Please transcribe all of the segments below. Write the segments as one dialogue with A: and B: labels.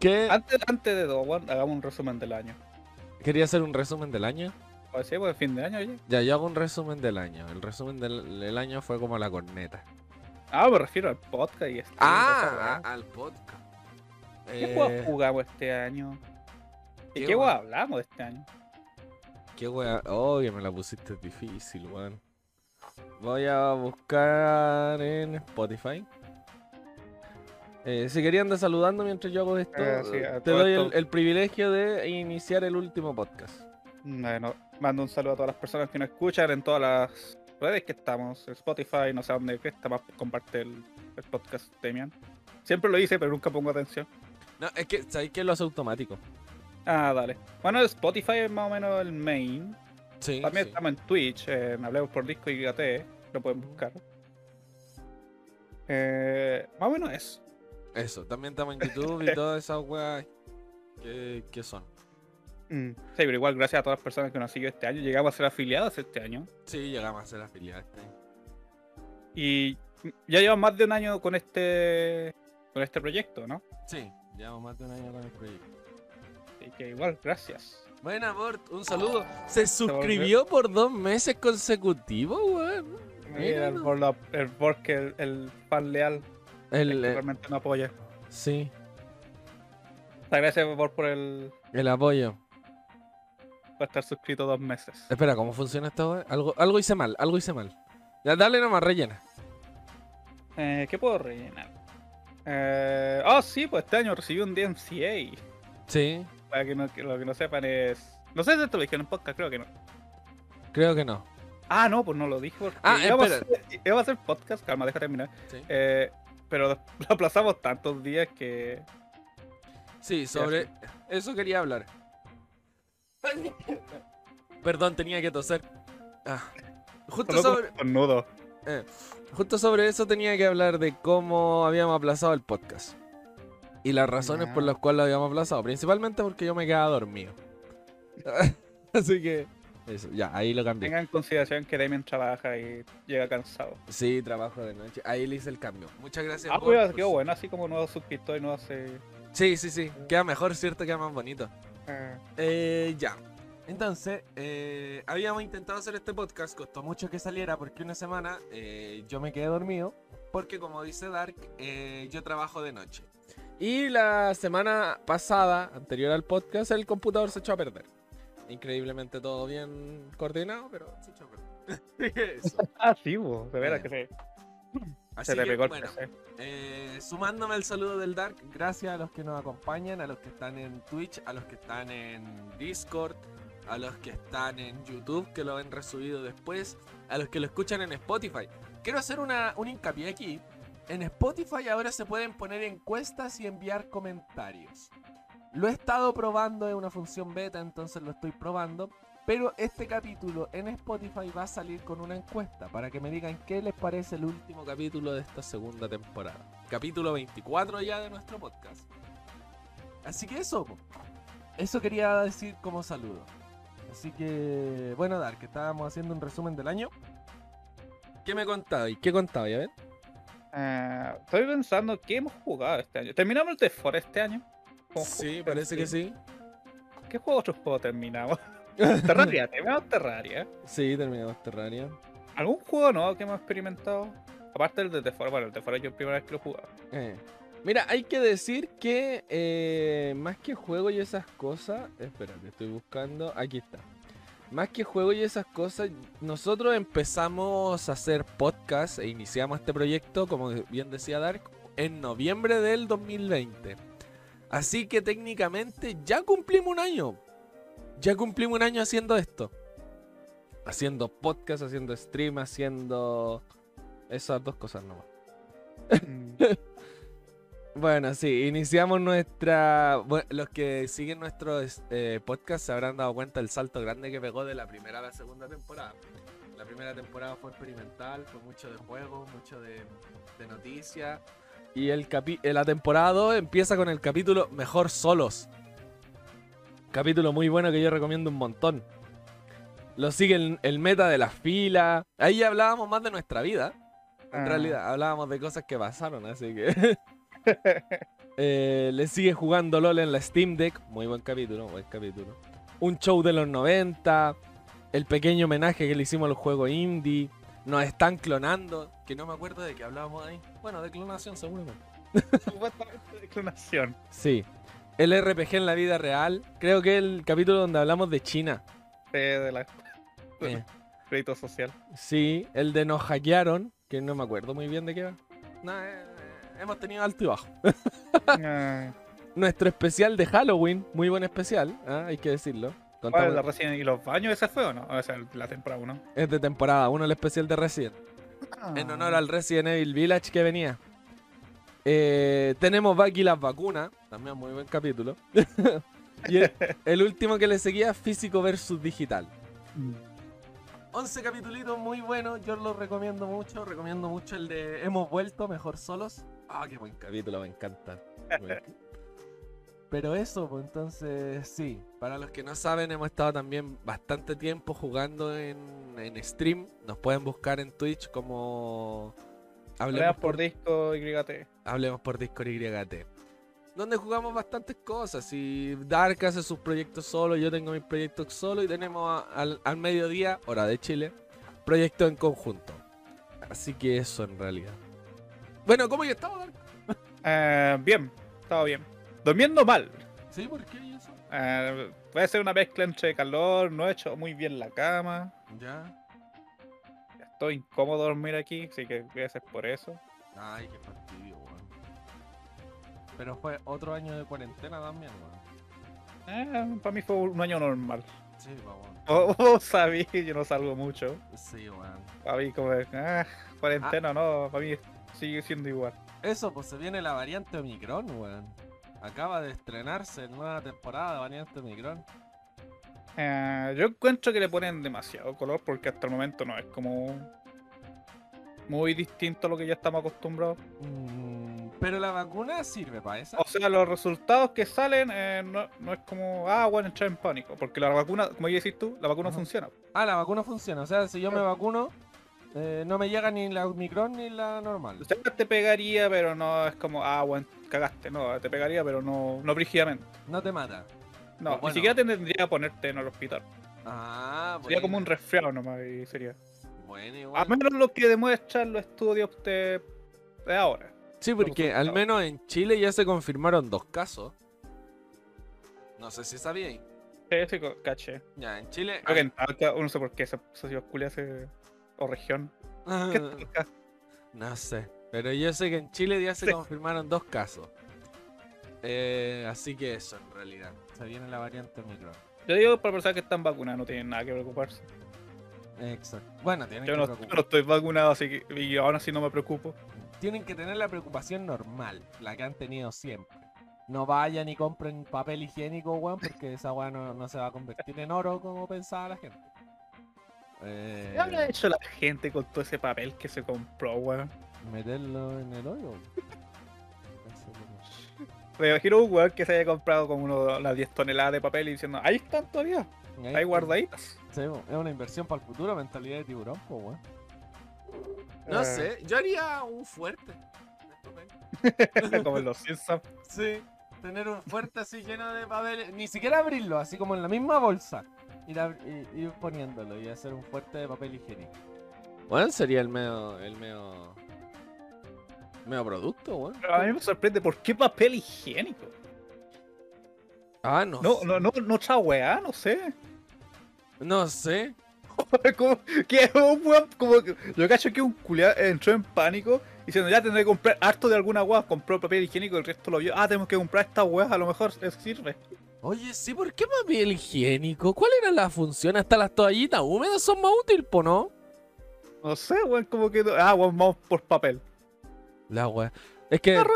A: ¿Qué?
B: Antes, antes de todo, weón, hagamos un resumen del año.
A: ¿Quería hacer un resumen del año?
B: Pues sí, pues fin de año, oye.
A: Ya, yo hago un resumen del año. El resumen del, del año fue como la corneta.
B: Ah, me refiero al podcast y este.
C: Ah, a- al podcast.
B: ¿Qué
A: Eh,
B: juegos jugamos este año? ¿Y
C: ¿qué
B: qué
C: wea?
B: juegos hablamos este año?
A: Qué wea. Oh, que me la pusiste difícil, weón. Voy a buscar en Spotify. Eh, si querían de saludando mientras yo hago esto, eh,
B: Ah, sí, a
A: te
B: todo
A: doy el,
B: esto.
A: el privilegio de iniciar el último podcast.
B: Bueno, mando un saludo a todas las personas que nos escuchan en todas las redes que estamos, en Spotify, no sé dónde que está más comparte el, el podcast Demian. Siempre lo hice, pero nunca pongo atención.
A: No, es que, ¿sabéis que lo hace automático?
B: Ah, dale. Bueno, Spotify es más o menos el main.
A: Sí.
B: También
A: sí.
B: estamos en Twitch, en Hablemos por Disco y GATE, lo pueden buscar. Eh, más o menos eso.
A: Eso, también estamos en YouTube y todas esas weas que, que son.
B: Mm, Sí, pero igual gracias a todas las personas que nos siguió este año. Llegamos a ser afiliados este año.
A: Sí, llegamos a ser afiliados. este año.
B: Y ya llevamos más de un año con este con este proyecto, ¿no?
A: Sí, llevamos más de un año con el proyecto.
B: Así que igual, gracias.
A: Buena, Bort, un saludo. Se suscribió por dos meses consecutivos, weón. Mira,
B: Mira, el Bor, la- el Bor que el, el fan leal el,
A: El, eh,
B: realmente no apoya.
A: sí,
B: O sea, Gracias Bor por el
A: el apoyo.
B: por estar suscrito dos meses.
A: Espera, ¿cómo funciona esta wea? Algo, algo hice mal, algo hice mal. Ya, dale nomás, rellena.
B: Eh, ¿Qué puedo rellenar? Eh, Ah, sí, pues este año recibí un DMCA.
A: Sí,
B: Para que no, que lo que no sepan es. No sé si te lo dije en un podcast, creo que no.
A: creo que no.
B: Ah, no, pues no lo dije porque
A: Ah,
B: íbamos, a
A: espera.
B: hacer, íbamos a hacer podcast, calma, deja terminar.
A: Sí.
B: Eh, pero lo aplazamos tantos días que.
A: Sí, sobre eso quería hablar. Perdón, tenía que toser. Ah, Justo
B: Solo
A: sobre,
B: con nudo.
A: justo sobre eso tenía que hablar de cómo habíamos aplazado el podcast. Y las razones por
B: Ya.
A: las cuales lo habíamos aplazado. Principalmente porque yo me quedaba dormido. Así que... Eso, ya, ahí lo cambié.
B: Tengan en consideración que Damien trabaja y llega cansado.
A: Sí, trabajo de noche. Ahí le hice el cambio. Muchas gracias.
B: Ah,
A: Bor,
B: pues
A: por
B: quedó
A: su-
B: bueno, así como nuevo suscriptor y no hace.
A: Sí, sí, sí. Queda mejor, ¿cierto? Queda más bonito.
B: eh,
A: Eh, ya. Entonces, eh, habíamos intentado hacer este podcast, costó mucho que saliera porque una semana eh, yo me quedé dormido, porque como dice Dark, eh, yo trabajo de noche. Y la semana pasada, anterior al podcast, el computador se echó a perder. Increíblemente todo bien coordinado, pero se echó a perder. Eso.
B: Ah, sí, bo, de veras que se,
A: Así
B: se le
A: que,
B: pegó el
A: bueno,
B: PC.
A: eh, sumándome al saludo del Dark, gracias a los que nos acompañan, a los que están en Twitch, a los que están en Discord, a los que están en YouTube, que lo han resubido después, a los que lo escuchan en Spotify. Quiero hacer una, un hincapié aquí. En Spotify ahora se pueden poner encuestas y enviar comentarios. Lo he estado probando, es una función beta, entonces lo estoy probando. Pero este capítulo en Spotify va a salir con una encuesta para que me digan qué les parece el último capítulo de esta segunda temporada. Capítulo 24 ya de nuestro podcast. Así que eso, po. eso quería decir como saludo. Así que, bueno, Dar, que estábamos haciendo un resumen del año. ¿Qué me contabais? ¿Qué contabais? A ver.
B: Eh, estoy pensando qué hemos jugado este año. ¿Terminamos el Death Forest este año? ¿Cómo
A: Sí,
B: jugamos?
A: parece que sí.
B: ¿Qué juego otros juegos terminamos? Terraria, terminamos Terraria.
A: Sí, terminamos este Terraria.
B: ¿Algún juego nuevo que hemos experimentado? Aparte del de The Forest, bueno, el de Forest yo es la primera vez que lo jugaba.
A: Eh, Mira, hay que decir que eh, más que juego y esas cosas, espérate, estoy buscando, aquí está. Más que juego y esas cosas, nosotros empezamos a hacer podcast e iniciamos este proyecto, como bien decía Dark, en noviembre del 2020. Así que técnicamente ya cumplimos un año. Ya cumplimos un año haciendo esto. Haciendo podcast, haciendo stream, haciendo esas dos cosas nomás. Mm. Bueno, sí, iniciamos nuestra... bueno, los que siguen nuestro es- eh, podcast se habrán dado cuenta del salto grande que pegó de la primera a la segunda temporada. La primera temporada fue experimental, fue mucho de juego, mucho de, de noticias. Y el capi eh, la temporada 2 empieza con el capítulo Mejor Solos. Capítulo muy bueno que yo recomiendo un montón. Lo sigue el, el meta de la fila. Ahí ya hablábamos más de nuestra vida. En
B: Ah.
A: realidad, hablábamos de cosas que pasaron, así que. Eh, le sigue jugando LOL en la Steam Deck. Muy buen capítulo, buen capítulo. Un show de los 90. El pequeño homenaje que le hicimos al juego indie. Nos están clonando. Que no me acuerdo de qué hablábamos ahí. Bueno, de clonación seguramente.
B: Supuestamente de clonación.
A: Sí. El RPG en la vida real. Creo que el capítulo donde hablamos de China.
B: Sí, de la.
A: Eh,
B: Crédito social.
A: sí, el de nos hackearon. Que no me acuerdo muy bien de qué va. No, eh, eh, hemos tenido alto y bajo.
B: Ah,
A: Nuestro especial de Halloween. Muy buen especial. ah, Hay que decirlo.
B: ¿Cuál es
A: Contamos-
B: la recién? ¿Y los baños ese fue o no? O sea, la temporada Ah. 1.
A: Es de temporada 1 el especial de Resident. En honor al Resident Evil Village que venía. Eh, tenemos Bucky y las vacunas. También muy buen capítulo. y el, el último que le seguía, físico versus digital.
B: Mm.
A: 11 capítulos muy buenos. Yo los recomiendo mucho. Recomiendo mucho el de Hemos vuelto, mejor solos. Ah, qué buen capítulo, me encanta. Me encanta. Pero eso, pues entonces sí. Para los que no saben, hemos estado también bastante tiempo jugando en, en stream. Nos pueden buscar en Twitch como
B: Hablemos por disco YT.
A: Hablemos por Discord YT. Donde jugamos bastantes cosas. Y Dark hace sus proyectos solo, yo tengo mis proyectos solo. Y tenemos a- al, al mediodía, hora de Chile, proyectos en conjunto. Así que eso en realidad. Bueno, ¿cómo que estamos, Dark?
B: Eh, bien, estaba bien. Durmiendo mal.
A: Sí, ¿por qué eso?
B: Eh, puede ser una mezcla entre calor, no he hecho muy bien la cama.
A: Ya.
B: Estoy incómodo dormir aquí, así que voy a ser por eso.
A: Ay, qué fastidio, weón. Pero fue otro año de cuarentena también, weón.
B: Eh, para mí fue un año normal.
A: Sí, weón.
B: Vos, vos sabés que yo no salgo mucho.
A: Sí, weón.
B: Para mí como, ah, cuarentena no, para mí sigue siendo igual.
A: Eso, pues se viene la variante Omicron, weón. Acaba de estrenarse nueva temporada de variante Omicron.
B: Eh, yo encuentro que le ponen demasiado color porque hasta el momento no es como muy distinto a lo que ya estamos acostumbrados.
A: Mm, Pero la vacuna sirve para esa.
B: O sea, los resultados que salen eh, no, no es como, ah, bueno, entrar en pánico. Porque la vacuna, como ya decís tú, la vacuna
A: Ajá.
B: funciona.
A: Ah, la vacuna funciona. O sea, si yo me
B: Claro.
A: vacuno, eh, no me llega ni la Omicron ni la normal.
B: O sea, te pegaría, pero no es como, ah, bueno, cagaste. No, te pegaría, pero no, no brígidamente.
A: No te mata.
B: No,
A: Bueno.
B: ni siquiera te tendría que ponerte en el hospital.
A: Ah,
B: Sería como un
A: buena.
B: resfriado nomás y sería.
A: Bueno,
B: A
A: igual.
B: menos lo que demuestran los estudios de, de ahora.
A: Sí, porque al menos en Chile ya se confirmaron dos casos. No sé si sabíais.
B: Sí, sí, co- caché.
A: Ya, en Chile.
B: Creo que en Talca, no sé por qué, esa esa ciudad culia se- o región. ¿Qué
A: Mm.
B: es Talca?
A: No sé. Pero yo sé que en Chile ya se
B: Sí.
A: confirmaron dos casos. Eh, así que eso, en realidad. Se viene la variante Omicron.
B: Yo digo para personas que están vacunadas, no tienen nada que preocuparse.
A: Exacto. Bueno, tienen
B: Yo
A: que Eh.
B: no,
A: preocupar-
B: yo no estoy vacunado, así que y aún así no me preocupo.
A: tienen que tener la preocupación normal, la que han tenido siempre. No vayan y compren papel higiénico, weón, porque esa weá no, no se va a convertir en oro como pensaba la gente. Eh,
B: ¿Qué habrá hecho la gente con todo ese papel que se compró, weón?
A: meterlo en el hoyo. Eso es lo que-
B: Me imagino un weón que se haya comprado como uno- unas 10 toneladas de papel y diciendo, ahí están todavía, ahí
A: está.
B: guardaditas.
A: Sí, bo, es una inversión para el futuro, mentalidad de tiburón, po, weón.
D: No
B: Eh,
D: sé, yo haría un fuerte.
B: como en los Simpsons.
A: Sí, tener un fuerte así lleno de papel, ni siquiera abrirlo, así como en la misma bolsa. Ir, ab- i- ir poniéndolo y hacer un fuerte de papel higiénico. Bueno, sería el medio. el medio. medio producto, weón.
B: Pero a mí me sorprende, ¿por qué papel higiénico?
A: Ah, no.
B: No,
A: sé.
B: no, no, no, otra weá, no sé.
A: No sé.
B: como, que un weón, como que- yo cacho que un culiao entró en pánico diciendo ya tendré que comprar harto de alguna weá, compró papel higiénico, el resto lo vio, ah, tenemos que comprar estas weas, a lo mejor eso sirve.
A: Oye, sí, ¿por qué papel higiénico? ¿Cuál era la función? Hasta las toallitas húmedas son más útiles, po, ¿no?
B: No sé, weón, como que, ah, weón, vamos por papel.
A: La wea. Es que.
B: Agarró,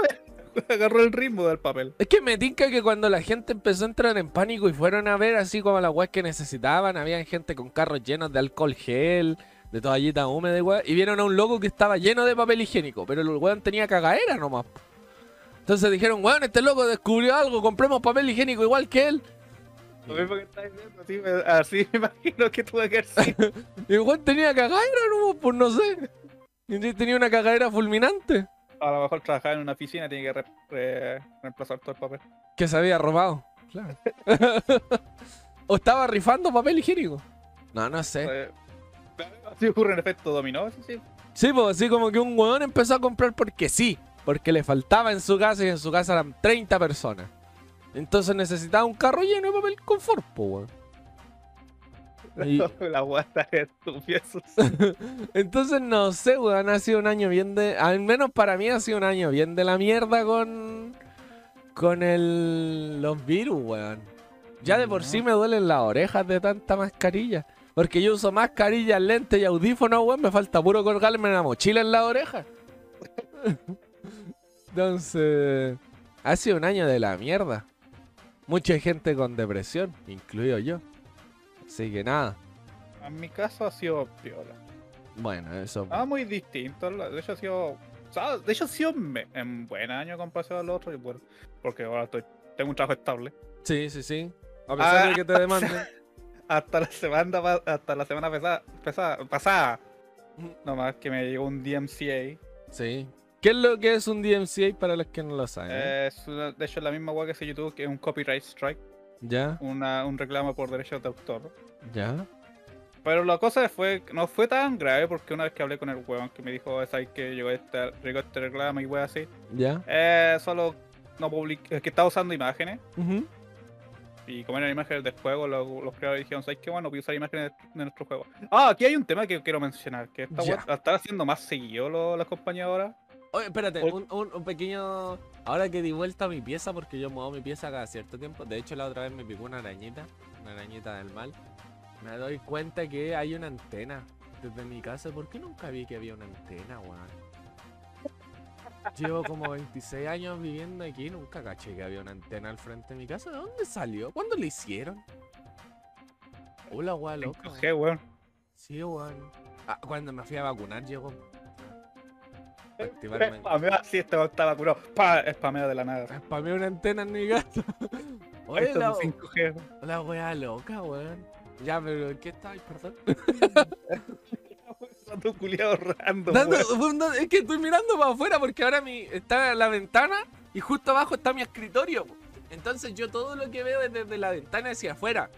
B: agarró el ritmo del papel.
A: Es que me tinca que cuando la gente empezó a entrar en pánico y fueron a ver así como las weas que necesitaban, había gente con carros llenos de alcohol gel, de toallita húmeda y weas, y vieron a un loco que estaba lleno de papel higiénico, pero el weón tenía cagadera nomás. po. Entonces dijeron, weón, este loco descubrió algo, compremos papel higiénico igual que él.
B: Lo mismo que estáis viendo, así, me- así me imagino que tuve que haber sido.
A: Y el weón tenía cagadera nomás, pues no sé. Y sí tenía una cagadera fulminante.
B: a lo mejor trabajaba en una oficina y tiene que re- re- reemplazar todo el papel.
A: Que se había robado. Claro. o estaba rifando papel higiénico. No, no sé.
B: Eh, Así ocurre en efecto dominó, sí, sí.
A: Sí, pues así como que un weón empezó a comprar porque sí, porque le faltaba en su casa y en su casa eran 30 personas. Entonces necesitaba un carro lleno de papel confort, po, weón. Y-
B: La guata es estúpida. eso sí.
A: entonces no sé, weón, ha sido un año bien de. Al menos para mí ha sido un año bien de la mierda con. con el. los virus, weón. Ya de por sí me duelen las orejas de tanta mascarilla. Porque yo uso mascarillas, lentes y audífonos, weón. Me falta puro colgarme una mochila en la oreja. Entonces. Ha sido un año de la mierda. Mucha gente con depresión, incluido yo. Así que nada.
B: En mi caso ha sido piola.
A: Bueno, eso.
B: Ah, muy distinto. la- De hecho, ha sido. o sea, de hecho, ha sido un me- en buen año comparado al otro. y bueno, porque ahora estoy, tengo un trabajo estable.
A: Sí, sí, sí. A pesar de
B: Ah,
A: que te
B: o sea,
A: demanden.
B: Hasta la semana, pa- hasta la semana pesada, pesada, pasada. Nomás que me llegó un DMCA.
A: Sí. ¿Qué es lo que es un DMCA para los que no lo saben?
B: Eh, es una- de hecho, es la misma hueá que hace YouTube, que es un copyright strike,
A: ya,
B: una- un reclamo por derechos de autor.
A: ya.
B: Pero la cosa fue, no fue tan grave porque una vez que hablé con el huevón que me dijo, ¿sabes que llegó este, llegó este reclamo y hueá así?
A: Ya.
B: Eh, solo no public- es que estaba usando imágenes.
A: Ujú.
B: Y como eran imágenes del juego, lo- los, creadores dijeron, ¿sabes qué? Bueno, voy a usar imágenes de, de nuestro juego. Ah, aquí hay un tema que quiero mencionar, que esta
A: Ya.
B: web la están haciendo más seguido lo- las compañías ahora.
A: Oye, espérate,
B: Ol-
A: un, un- un pequeño. Ahora que di vuelta a mi pieza, porque yo muevo mi pieza cada cierto tiempo. De hecho, la otra vez me picó una arañita, una arañita del mal. Me doy cuenta que hay una antena desde mi casa. ¿Por qué nunca vi que había una antena, weón? Llevo como 26 años viviendo aquí y nunca caché que había una antena al frente de mi casa. ¿De dónde salió? ¿Cuándo la hicieron? Hola, weón, loca. weón.
B: 5G, weón.
A: Sí, weón. Ah, cuando me fui a vacunar llegó. Pa' Activarme.
B: Spameo así, este weón está vacunado. Pa, spameo de la nada.
A: Spamé una antena en mi gato. Oye,
B: Esto
A: la,
B: es un 5G.
A: la weá loca, weón. Ya, pero ¿en qué estáis? Perdón.
B: Dando culiado random,
A: Dando-
B: weón.
A: weón, no, es que estoy mirando para afuera porque ahora mi, está la ventana y justo abajo está mi escritorio. po. Entonces yo todo lo que veo es desde la ventana hacia afuera.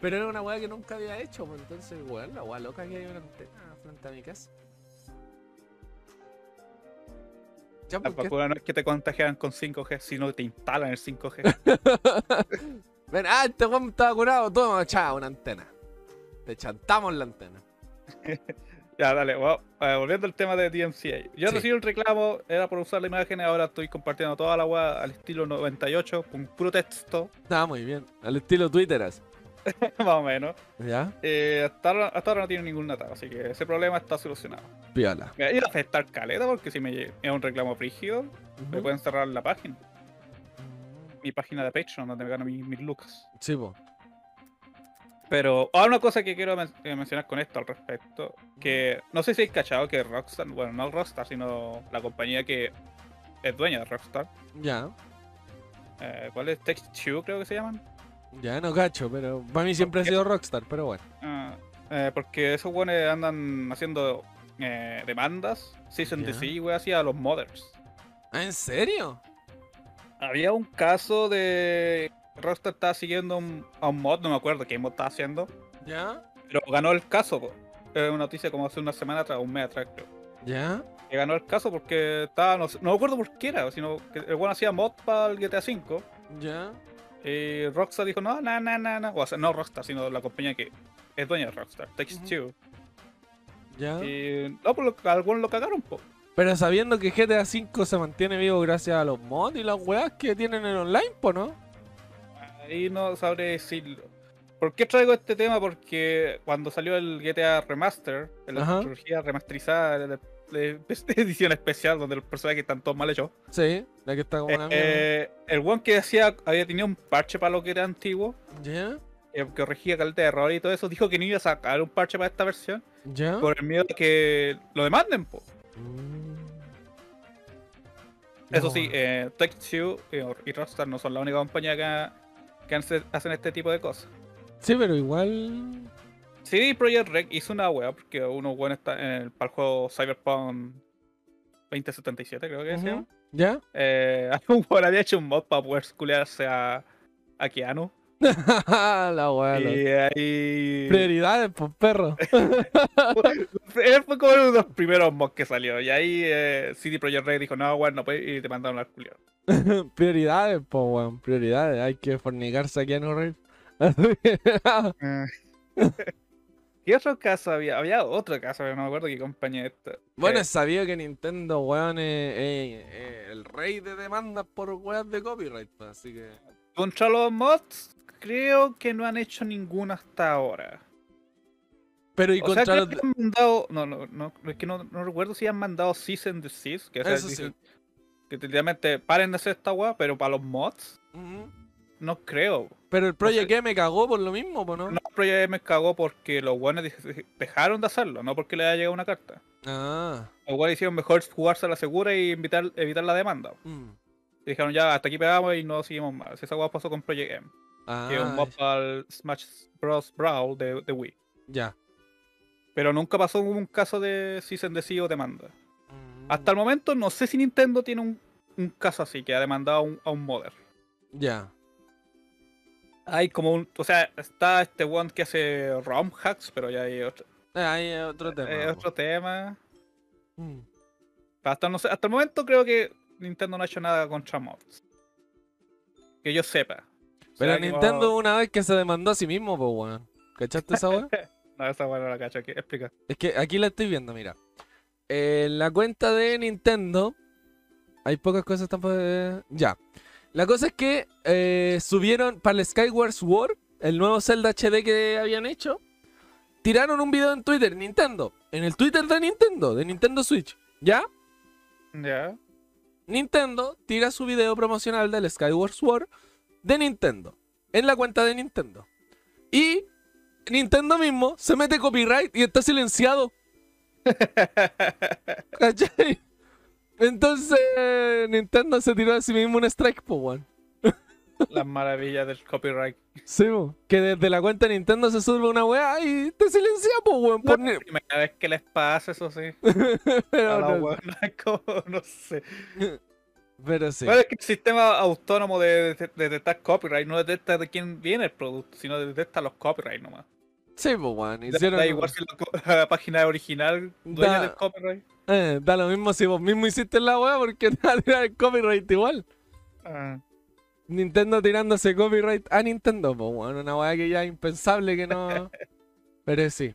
A: Pero era una weá que nunca había hecho, po. entonces, weón, la weá loca que hay una antena frente a mi casa. Ya,
B: Las
A: ¿por qué
B: vacunas Ah, pues, no es que te contagian con 5G, sino que te instalan el 5G.
A: Ven, ah, este weón está curado, toma, chao, una antena. Te chantamos la antena.
B: ya, dale, weón. Eh, volviendo al tema de DMCA. Yo
A: Sí.
B: recibí el reclamo, era por usar la imagen, ahora estoy compartiendo toda la weá al estilo 98, con puro texto,
A: Está muy bien. Al estilo Twitter así.
B: más o menos.
A: ¿Ya?
B: Eh, hasta, ahora, hasta ahora no tiene ningún natado, así que ese problema está solucionado.
A: Piola.
B: Me va a ir a afectar caleta porque si me lle- es un reclamo frígido, me pueden cerrar la página. Mi página de Patreon donde me gano mis, mis lucas.
A: Sí, po.
B: Pero hay una cosa que quiero men- eh, mencionar con esto al respecto, que no sé si has cachado que Rockstar, bueno, no Rockstar, sino la compañía que es dueña de Rockstar,
A: Ya.
B: eh, ¿cuál es? Take Two creo que se llaman.
A: Ya no cacho, pero para mí siempre ha sido Rockstar, pero bueno.
B: Ah, eh, porque esos buenos andan haciendo eh, demandas, Season
A: Ya.
B: DC y wey, así a los modders.
A: ¿Ah, ¿En serio?
B: Había un caso de. Rockstar estaba siguiendo a un- a un mod, no me acuerdo qué mod estaba haciendo,
A: ¿Ya?
B: pero ganó el caso. po. Es una noticia como hace una semana atrás, un mes atrás, creo.
A: ¿Ya?
B: Que ganó el caso porque estaba. No, sé- no me acuerdo por qué era, sino que el bueno hacía mod para el GTA V.
A: ¿Ya?
B: Y Rockstar dijo: No, no, no, no, no. O sea, no Rockstar, sino la compañía que es dueña de Rockstar, Takes
A: Ujú. Ah.
B: Two.
A: ¿Ya?
B: Y. No, pues lo- algunos lo cagaron, po.
A: Pero sabiendo que GTA V se mantiene vivo gracias a los mods y las weas que tienen en online, po, ¿no?
B: Ahí no sabré decirlo. ¿Por qué traigo este tema? Porque cuando salió el GTA Remaster, en
A: Ajá.
B: la trilogía remasterizada, la, edición especial donde los personajes están todos mal hechos,
A: Sí, la que está como una mierda.
B: eh, el one que hacía había tenido un parche para lo que era antiguo,
A: ¿Ya?
B: eh, que corregía caleta de error y todo eso, dijo que no iba a sacar un parche para esta versión
A: ¿Ya?
B: por el miedo de que lo demanden. po.
A: Mm.
B: Eso
A: No,
B: sí, eh, Take-Two y Rockstar no son la única compañía que, que hace- hacen este tipo de cosas.
A: Sí, pero igual.
B: CD Projekt Red hizo una wea porque uno bueno está en el, para el juego Cyberpunk 2077, creo que se
A: Ujú.
B: llama.
A: ¿Ya?
B: Eh, un weón había hecho un mod para poder culearse a, a Keanu.
A: la weá. loco.
B: Y ahí.
A: Prioridades, pues perro.
B: Él fue como uno de los primeros mods que salió. Y ahí eh, CD Projekt Red dijo: No, weón, no puedes. Y te mandaron al culeo.
A: prioridades, pues weón. Prioridades. Hay que fornicarse aquí en Horror. Ah.
B: ¿Qué otro caso había? Había otro caso, pero no me acuerdo qué compañía esta.
A: bueno,
B: Eh,
A: es sabido que Nintendo, weón, es, es- es el rey de demandas por weas de copyright, pues, así que.
B: contra los mods, creo que no han hecho ninguno hasta ahora.
A: Pero y
B: o sea,
A: contra
B: creo
A: los.
B: que han mandado. No, no, no, es que no, no recuerdo si han mandado Cease and Desist. Que, o sea,
A: Eso sí.
B: dicen que literalmente paren de hacer esta weá, pero para los mods,
A: Ujú.
B: no creo.
A: Pero el Project
B: sé.
A: E me cagó por lo mismo, pues, ¿no?
B: No, pero ya me cagó porque los weones dij- dejaron de hacerlo, no porque le haya llegado una carta.
A: Ah.
B: Los weones hicieron mejor jugarse a la segura y evitar, evitar la demanda.
A: mm.
B: Y dijeron ya, hasta aquí pegamos y no seguimos más. Esa weá pasó con Project M, que es un
A: Ah,
B: mod al Smash Bros. Brawl de, de Wii.
A: ya.
B: Pero nunca pasó un caso de cease and desist o demanda.
A: Mm,
B: Hasta el momento no sé si Nintendo tiene un, un caso así que ha demandado a un, a un modder.
A: Mm, Ya.
B: Hay como un... O sea, está este one que hace ROM hacks, pero ya hay otro,
A: Eh, ahí es otro tema.
B: eh,
A: po.
B: otro tema.
A: Mm.
B: Hasta, no sé- hasta el momento creo que Nintendo no ha hecho nada contra mods. Que yo sepa.
A: Pero
B: Será que
A: Nintendo
B: mo-
A: una vez que se demandó a sí mismo, pues weón. ¿Cachaste esa weón?
B: No, esa bueno la cacho aquí. Explica.
A: Es que aquí la estoy viendo, mira. En la cuenta de Nintendo. Hay pocas cosas tampoco. eh, Ya. La cosa es que eh, subieron para el Skyward Sword, el nuevo Zelda HD que habían hecho. Tiraron un video en Twitter, Nintendo. En el Twitter de Nintendo, de Nintendo Switch. ¿Ya?
B: Ya.
A: Nintendo tira su video promocional del Skyward Sword de Nintendo. En la cuenta de Nintendo. Y Nintendo mismo se mete copyright y está silenciado. ¿Cachai? Entonces eh, Nintendo se tiró a sí mismo un strike, po, weón.
B: Las maravillas del copyright.
A: Sí, po. que desde la cuenta de Nintendo se sube una weá y te silencia, po, weón. por ni-
B: Primera vez que les pasa, eso sí.
A: pero,
B: A la
A: no-
B: weona, como, no sé.
A: pero sí.
B: Bueno, es que el sistema autónomo de, de- de detectar copyright no detecta de quién viene el producto, sino detecta los copyright nomás.
A: Sí, po, weón.
B: Da-
A: Hicieron-
B: da igual si la, co- la página original dueña
A: Da-
B: del copyright.
A: eh, da lo mismo si vos mismo hiciste la weá porque te va a tirar el copyright igual.
B: Ah,
A: Nintendo tirándose copyright a Nintendo, pues bueno, una weá que ya es impensable que no. Pero sí.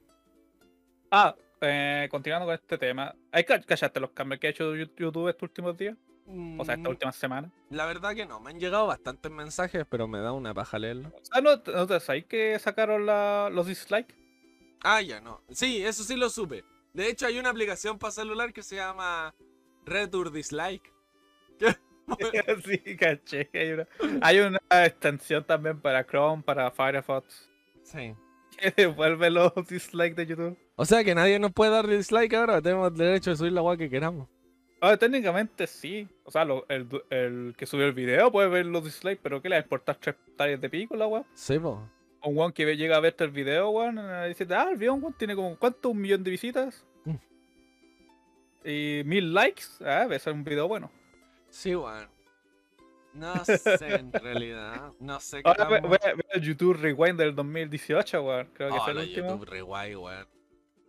B: Ah, eh, continuando con este tema. ¿Hay ca- cachaste los cambios que ha hecho Yu- YouTube estos últimos días? O sea,
A: Mm,
B: estas últimas semanas.
A: La verdad que no, me han llegado bastantes mensajes, pero me da una paja leerlo.
B: O sea, ¿no, no te sabéis que sacaron la- los dislikes?
A: Ah, ya no. Sí, eso sí lo supe. De hecho, hay una aplicación para celular que se llama Retur Dislike.
B: sí, caché. Hay una, hay una extensión también para Chrome, para Firefox,
A: Sí.
B: que devuelve los dislikes de YouTube.
A: O sea que nadie nos puede dar dislike ahora, tenemos derecho de subir la weá que queramos.
B: Ah, técnicamente sí. O sea, lo- el, du- el que subió el video puede ver los dislikes, pero ¿qué le va a importar tres hectáreas de pico la weá?
A: Sí, po.
B: Un weón que ve- llega a verte el video, weón, eh, dice, ah, el video, weón, tiene como, ¿cuánto? Un millón de visitas.
A: Mm.
B: Y mil likes. Ah, ese es un video bueno.
A: Sí, weón. No sé en realidad. No sé qué.
B: Ahora ve,
A: tan-
B: ve- ve el YouTube Rewind del 2018, weón. Creo que es
A: Oh,
B: el
A: la
B: último.
A: YouTube Rewind, weón.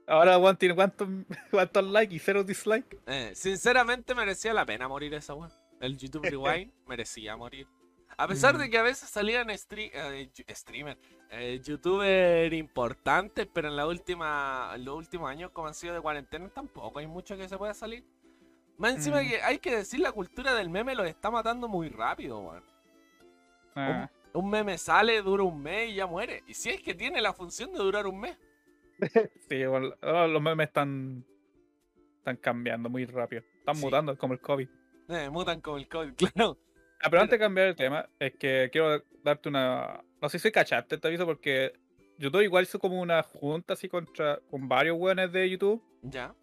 B: Ahora, weón, tiene cuántos cuántos likes y cero dislikes.
A: Eh, sinceramente merecía la pena morir esa weá. El YouTube Rewind merecía morir. A pesar de
B: Mm.
A: que a veces salían stre- eh, yu- streamer, eh, youtuber importantes, pero en la última, en los últimos años, como han sido de cuarentena, tampoco hay mucho que se pueda salir. Más encima
B: Mm.
A: que hay que decir, la cultura del meme los está matando muy rápido, weón.
B: Ah.
A: Un meme sale, dura un mes y ya muere. Y si es que tiene la función de durar un mes.
B: Sí, weón, ahora los memes están, están cambiando muy rápido. Están
A: Sí.
B: mutando como el COVID.
A: Eh, mutan como el COVID, claro.
B: Ah, pero antes de cambiar el tema, es que quiero darte una. No sé si cachaste te aviso porque YouTube igual hizo como una junta así contra con varios weones de YouTube
A: Ya,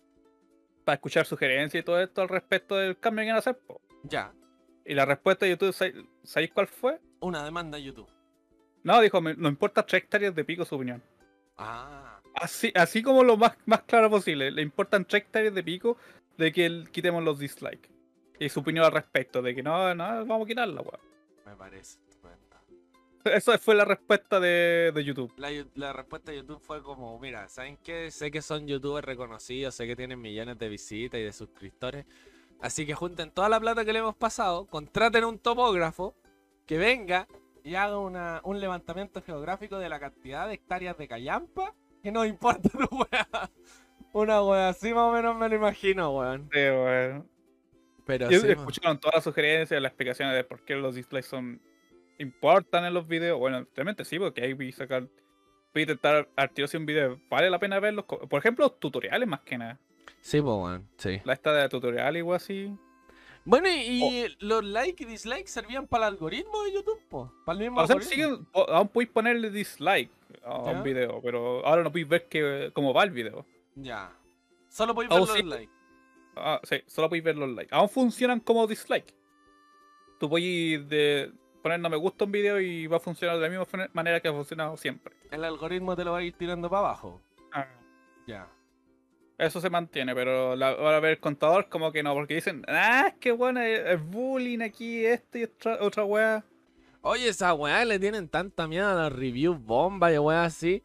B: para escuchar sugerencias y todo esto al respecto del cambio que iban a hacer. po.
A: ya.
B: Y la respuesta de YouTube, ¿sabéis- ¿sabéis cuál fue?
A: Una demanda a YouTube.
B: No, dijo, "Me- no importa tres hectáreas de pico su opinión.
A: Ah,
B: Así, así como lo más, más claro posible. Le importan tres hectáreas de pico de que el- quitemos los dislikes. Y su opinión al respecto, de que no, no, vamos a quitarla, weón.
A: Me parece estupendo.
B: Esa fue la respuesta de, de YouTube.
A: La, yu- la respuesta de YouTube fue como, mira, ¿saben qué? Sé que son youtubers reconocidos, sé que tienen millones de visitas y de suscriptores. Así que junten toda la plata que le hemos pasado, contraten un topógrafo que venga y haga una- un levantamiento geográfico de la cantidad de hectáreas de callampa que nos importa una wea. Una wea, así más o menos me lo imagino, weón.
B: Sí, weón.
A: Pero
B: Y
A: sí, weón.
B: escucharon todas las sugerencias, las explicaciones de por qué los dislikes son importan en los videos. Bueno, realmente sí, porque ahí vi sacar, vi intentar artículos si un video vale la pena verlos. co- Por ejemplo, los tutoriales más que nada.
A: Sí, po, weón, sí.
B: La esta de tutorial igual así.
A: Bueno, y, y los likes y dislikes servían para el algoritmo de YouTube, po. Para el mismo
B: O sea,
A: algoritmo.
B: siguen- o- aún podéis ponerle dislike a
A: Ya.
B: un video, pero ahora no podéis ver que, cómo va el video.
A: Ya. Solo podéis
B: Ah,
A: ver
B: o
A: los
B: sí.
A: likes.
B: Ah, sí, solo podéis ver los likes. Aún funcionan como dislike. Tú podéis de poner no me gusta a un video y va a funcionar de la misma fun- manera que ha funcionado siempre.
A: El algoritmo te lo va a ir tirando para abajo.
B: Ah.
A: Ya.
B: Eso se mantiene, pero la, ahora ver el contador como que no, porque dicen, ah, es que bueno, es es bullying aquí, esto y otra, otra weá.
A: Oye, esa weá le tienen tanta miedo a las reviews bomba y weá así.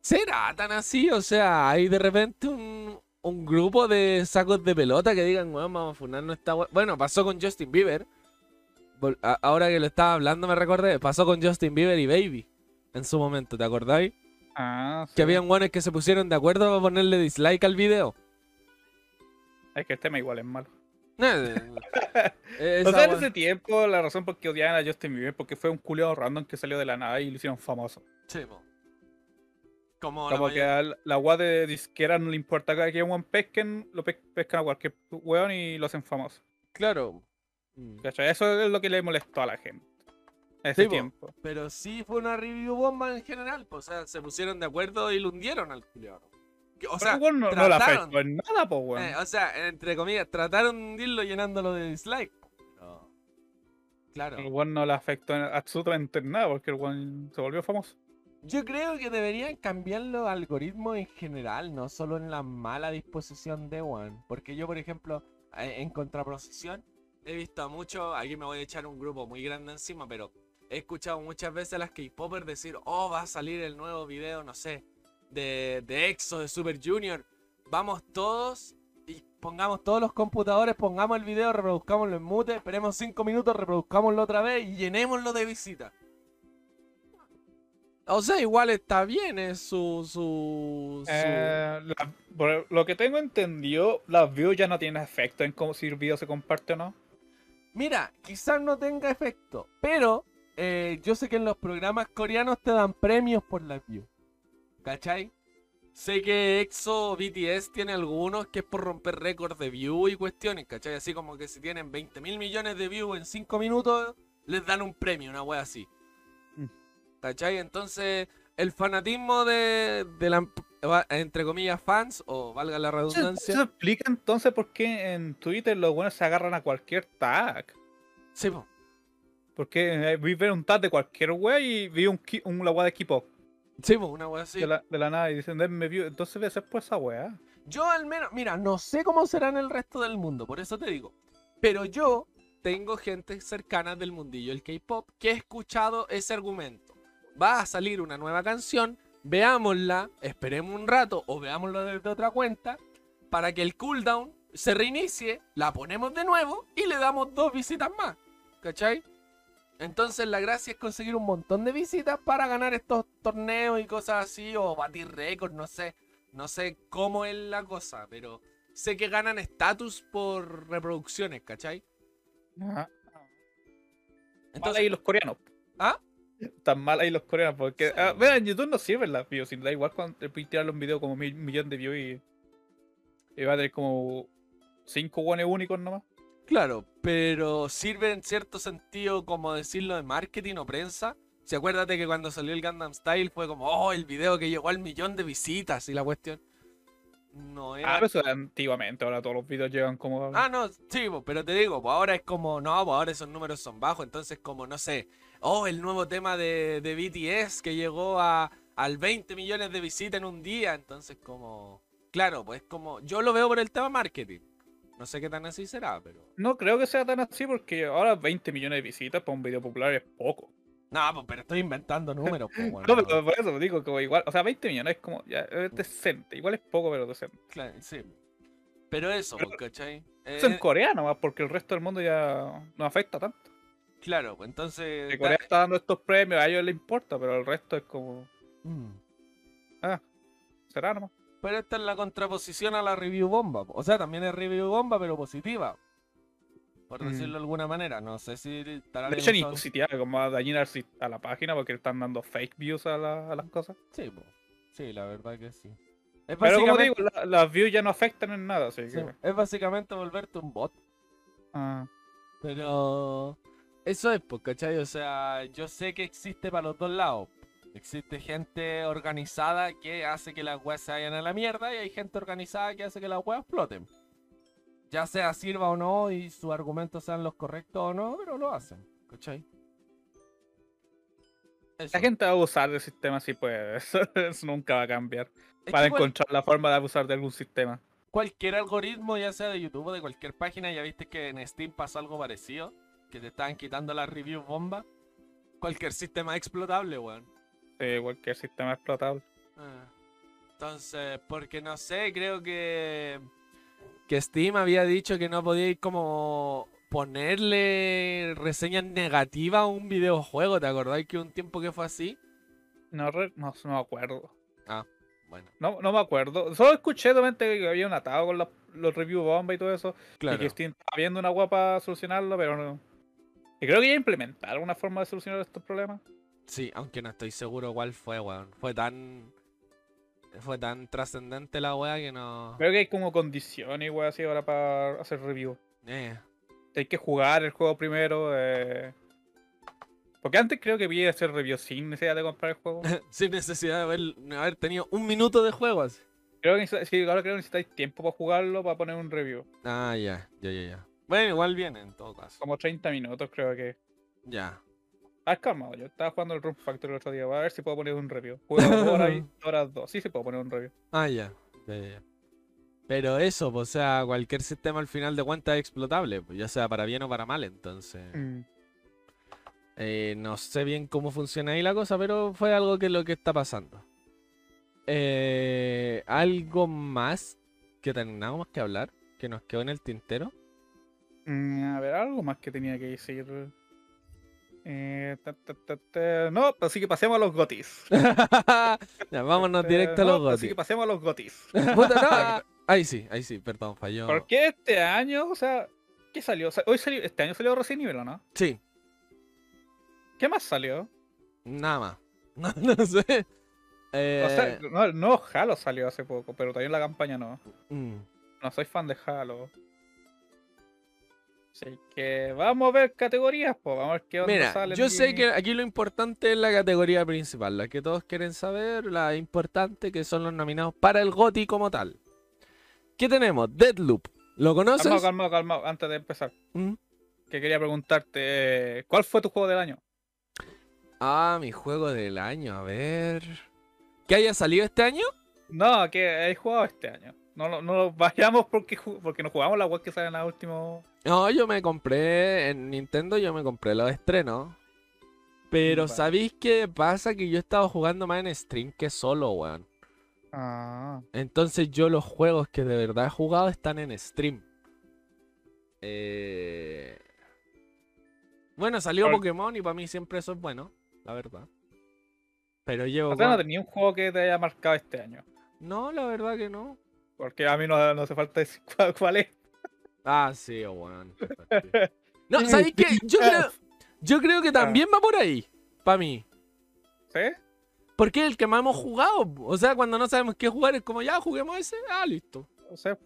A: ¿Será tan así? O sea, hay de repente un, un grupo de sacos de pelota que digan, weón, vamos a funarnos esta weá. Bueno, pasó con Justin Bieber. Vol- a- Ahora que lo estaba hablando me recordé. Pasó con Justin Bieber y Baby. En su momento, ¿te acordáis?
B: Ah, sí.
A: Que habían weones que se pusieron de acuerdo para ponerle dislike al video.
B: Es que el tema igual es malo.
A: Eh,
B: o
A: esa
B: sea, en
A: weá-
B: ese tiempo la razón por qué odiaban a Justin Bieber porque fue un culiao random que salió de la nada y lo hicieron famoso.
A: Sí, po. Como, la
B: como que
A: mayor-
B: al- la weá de disquera no le importa que a un pesquen, lo pe- pescan a cualquier weón y lo hacen famoso.
A: Claro. Mm.
B: ¿Cachai? Eso es lo que le molestó a la gente. En ese
A: Sí, po.
B: tiempo.
A: Pero sí fue una review bomba en general. po. O sea, se pusieron de acuerdo y lo hundieron al culiao. Que- O
B: Pero
A: sea,
B: el weón no, no la
A: trataron.
B: afectó en nada, pues weón.
A: eh, o sea, entre comillas, trataron de hundirlo llenándolo de dislike. Pero- Claro.
B: El weón no le afectó en- absolutamente en nada porque el weón se volvió famoso.
A: Yo creo que deberían cambiar los algoritmos en general, no solo en la mala disposición de One. Porque yo, por ejemplo, eh, en contraposición, he visto a muchos, aquí me voy a echar un grupo muy grande encima, pero he escuchado muchas veces a las K-Popers decir, oh, va a salir el nuevo video, no sé, de, de EXO, de Super Junior. Vamos todos y pongamos todos los computadores, pongamos el video, reproduzcámoslo en mute, esperemos 5 minutos, reproduzcámoslo otra vez y llenémoslo de visitas. O sea, igual está bien, es su. su, su-
B: Eh, la- por lo que tengo entendido, las views ya no tienen efecto en cómo si el video se comparte o no.
A: Mira, quizás no tenga efecto, pero eh, yo sé que en los programas coreanos te dan premios por las views. ¿Cachai? Sé que EXO BTS tiene algunos que es por romper récords de views y cuestiones, ¿cachai? Así como que si tienen 20 mil millones de views en 5 minutos, les dan un premio, una wea así.
B: Mm.
A: ¿Cachai? Entonces, el fanatismo de, de la, va- entre comillas, fans, o valga la
B: Eso
A: redundancia.
B: explica entonces por qué en Twitter los buenos se agarran a cualquier tag.
A: Sí, po.
B: Porque eh, vi ver un tag de cualquier wey y vi un, ki- un la weá de equipo
A: Sí, po, una wea así.
B: de, la, de la nada y dicen, denme view. Entonces voy a hacer por esa weá.
A: Yo al menos, mira, no sé cómo será en el resto del mundo, por eso te digo. Pero yo tengo gente cercana del mundillo del K-pop que he escuchado ese argumento. Va a salir una nueva canción, veámosla, esperemos un rato o veámosla desde otra cuenta para que el cooldown se reinicie, la ponemos de nuevo y le damos dos visitas más. ¿Cachai? Entonces la gracia es conseguir un montón de visitas para ganar estos torneos y cosas así o batir récords, no sé. No sé cómo es la cosa, pero sé que ganan estatus por reproducciones, ¿cachai?
B: Ajá. Ah, mal
A: Entonces,
B: ahí los coreanos.
A: ¿Ah?
B: Tan mal ahí los coreanos, porque.
A: Sí.
B: ah, mira, en YouTube no sirven las views, y da igual cuando te puedes tirar un video como mil millón de views y. Y va a tener como. 5 guanes únicos nomás.
A: claro, pero sirve en cierto sentido, como decirlo, de marketing o prensa. Si acuérdate que cuando salió el Gundam Style fue como, oh, el video que llegó al millón de visitas y la cuestión. No
B: Ah,
A: era.
B: pero eso era antiguamente, ahora todos los videos llegan como.
A: Eh, Ah, no, sí, po, pero te digo, po, ahora es como, no, po, ahora esos números son bajos, entonces como, no sé, oh, el nuevo tema de, de BTS que llegó a, al 20 millones de visitas en un día. Entonces, como. Claro, pues como. Yo lo veo por el tema marketing. No sé qué tan así será, pero.
B: No creo que sea tan así porque ahora 20 millones de visitas para un video popular es poco.
A: No, pues, pero estoy inventando números. pues, weón.
B: No, pero por eso digo, como igual, o sea, 20 millones es como, ya, es decente, igual es poco, pero decente.
A: Claro, sí. Pero eso, pues, ¿cachai? Eh,
B: Eso en Corea nomás, porque el resto del mundo ya no afecta tanto.
A: claro, pues, entonces.
B: Que Corea está dando estos premios, a ellos les importa, pero el resto es como,
A: Mm.
B: ah, será nomás.
A: Pero esta es la contraposición a la review bomba. po. O sea, también es review bomba, pero positiva. Por
B: Mm.
A: decirlo de alguna manera. No sé si estará
B: De hecho, ni positiva, como a dañar al si- a la página porque le están dando fake views a, la- a las cosas.
A: Sí, po. sí, la verdad que sí. Es Pues
B: Pero como
A: básicamente,
B: digo, eh, la- las views ya no afectan en nada, así que.
A: sí, es básicamente volverte un bot.
B: ah.
A: Pero eso es, pues, ¿cachai? O sea, yo sé que existe para los dos lados. Existe gente organizada que hace que las weas se vayan a la mierda y hay gente organizada que hace que las weas exploten. Ya sea sirva o no y sus argumentos sean los correctos o no, pero lo hacen, ¿cachai? Eso.
B: La gente va a abusar del sistema, sí, pues eso, eso nunca va a cambiar.
A: Es
B: Van a
A: que cual-
B: encontrar la forma de abusar de algún sistema.
A: cualquier algoritmo, ya sea de YouTube o de cualquier página, ya viste que en Steam pasó algo parecido, que te estaban quitando las reviews bomba. Cualquier sistema es explotable, weón.
B: Sí, cualquier sistema explotable.
A: Ah. Entonces, porque no sé, creo que que Steam había dicho que no podíais como ponerle reseñas negativas a un videojuego, ¿te acordáis que un tiempo que fue así?
B: No, re- no, no me acuerdo.
A: Bueno,
B: No, no me acuerdo. Solo escuché solamente que había un atado con la- los review bomba y todo eso. Y que Steam estaba viendo una guapa para solucionarlo, pero no. Y creo que ya implementaron una forma de solucionar estos problemas.
A: Sí, aunque no estoy seguro cuál fue, weón. Fue tan fue tan trascendente la weá que no
B: Creo que hay como condiciones, wey, así ahora para hacer review.
A: eh,
B: Hay que jugar el juego primero. eh, Porque antes creo que vi hacer review sin necesidad de comprar el juego.
A: sin necesidad de haber, de haber tenido un minuto de juego así.
B: Creo que necesita- sí, ahora creo que necesitáis tiempo para jugarlo, para poner un review.
A: Ah, ya, ya, ya, ya. Bueno, igual viene en todo caso.
B: Como 30 minutos creo que.
A: Ya.
B: Ah, calmado, yo estaba jugando el Room Factory el otro día, voy a ver si puedo poner un review. Juego dos horas y dos horas dos. Sí, sí puedo poner un review.
A: Ah, ya. Ya, ya, ya. Pero eso, pues, o sea, cualquier sistema al final de cuentas es explotable, pues, ya sea para bien o para mal, entonces.
B: Mm.
A: eh, no sé bien cómo funciona ahí la cosa, pero fue algo que lo que está pasando. Eh, algo más que tengamos que hablar, que nos quedó en el tintero.
B: Mm, a ver, algo más que tenía que decir. Eh, ta, ta, ta, ta. No, así que pasemos a los gotis.
A: ya, vámonos directo a los
B: Eh, No, Así
A: gotis.
B: que pues, pasemos a los gotis.
A: Puta, no. Ahí sí, ahí sí, perdón, falló.
B: Porque este año, o sea, ¿qué salió? O sea, hoy salió, este año salió Resident Evil, ¿o ¿no?
A: Sí,
B: ¿Qué más salió?
A: nada más. No, no sé.
B: O sea,
A: Eh,
B: no, el nuevo Halo salió hace poco, pero todavía en la campaña no.
A: mm.
B: No soy fan de Halo. Así que vamos a ver categorías, pues vamos a ver qué onda
A: Mira,
B: salen
A: yo
B: y-
A: sé que aquí lo importante es la categoría principal, la que todos quieren saber, la importante que son los nominados para el GOTI como tal. ¿Qué tenemos? Deadloop. ¿Lo conoces?
B: Calmado, calmado, calmado, antes de empezar.
A: Mm.
B: Que quería preguntarte, eh, ¿cuál fue tu juego del año?
A: Ah, mi juego del año, a ver. ¿Que haya salido este año?
B: No, que he jugado este año. No, lo- no lo vayamos porque, ju- porque no jugamos la web que sale en la última.
A: No, yo me compré en Nintendo, yo me compré los estrenos. Pero
B: Vale.
A: ¿sabéis qué pasa? Que yo he estado jugando más en stream que solo, weón.
B: Ah.
A: Entonces yo los juegos que de verdad he jugado están en stream. Eh, Bueno, salió
B: Ahora-
A: Pokémon y para mí siempre eso es bueno, la verdad. Pero llevo...
B: O sea, no
A: jugando-
B: tenía un juego que te haya marcado este año.
A: No, la verdad que no.
B: Porque a mí no, no hace falta decir cuál, cuál es.
A: Ah, sí, weón. No, ¿sabéis qué? Yo creo, yo creo que también va por ahí, para mí.
B: ¿Sí?
A: Porque es el que más hemos jugado. O sea, cuando no sabemos qué jugar es como, ya, juguemos ese. Ah, listo.
B: O sea.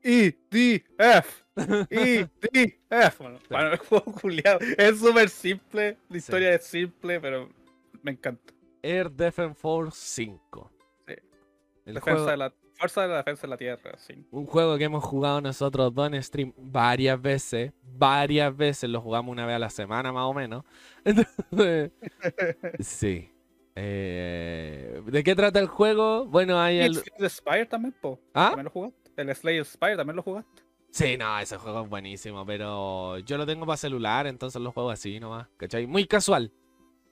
B: E IDF. E IDF. Bueno, bueno, el juego culiado. Es súper simple. La historia es simple, pero me encanta.
A: Air Defense Force 5.
B: Sí.
A: El
B: defensa
A: juego-
B: de la, fuerza de la defensa de la tierra, sí.
A: Un juego que hemos jugado nosotros dos en stream varias veces, varias veces, lo jugamos una vez a la semana más o menos. Entonces, sí. Eh, ¿De qué trata el juego? Bueno, hay
B: Y el
A: el...
B: Slay the Spire también, po.
A: ¿Ah?
B: También lo jugaste. El Slay the Spire también lo jugaste.
A: Sí, no, ese juego es buenísimo, pero yo lo tengo para celular, entonces lo juego así nomás, ¿cachai? Muy casual.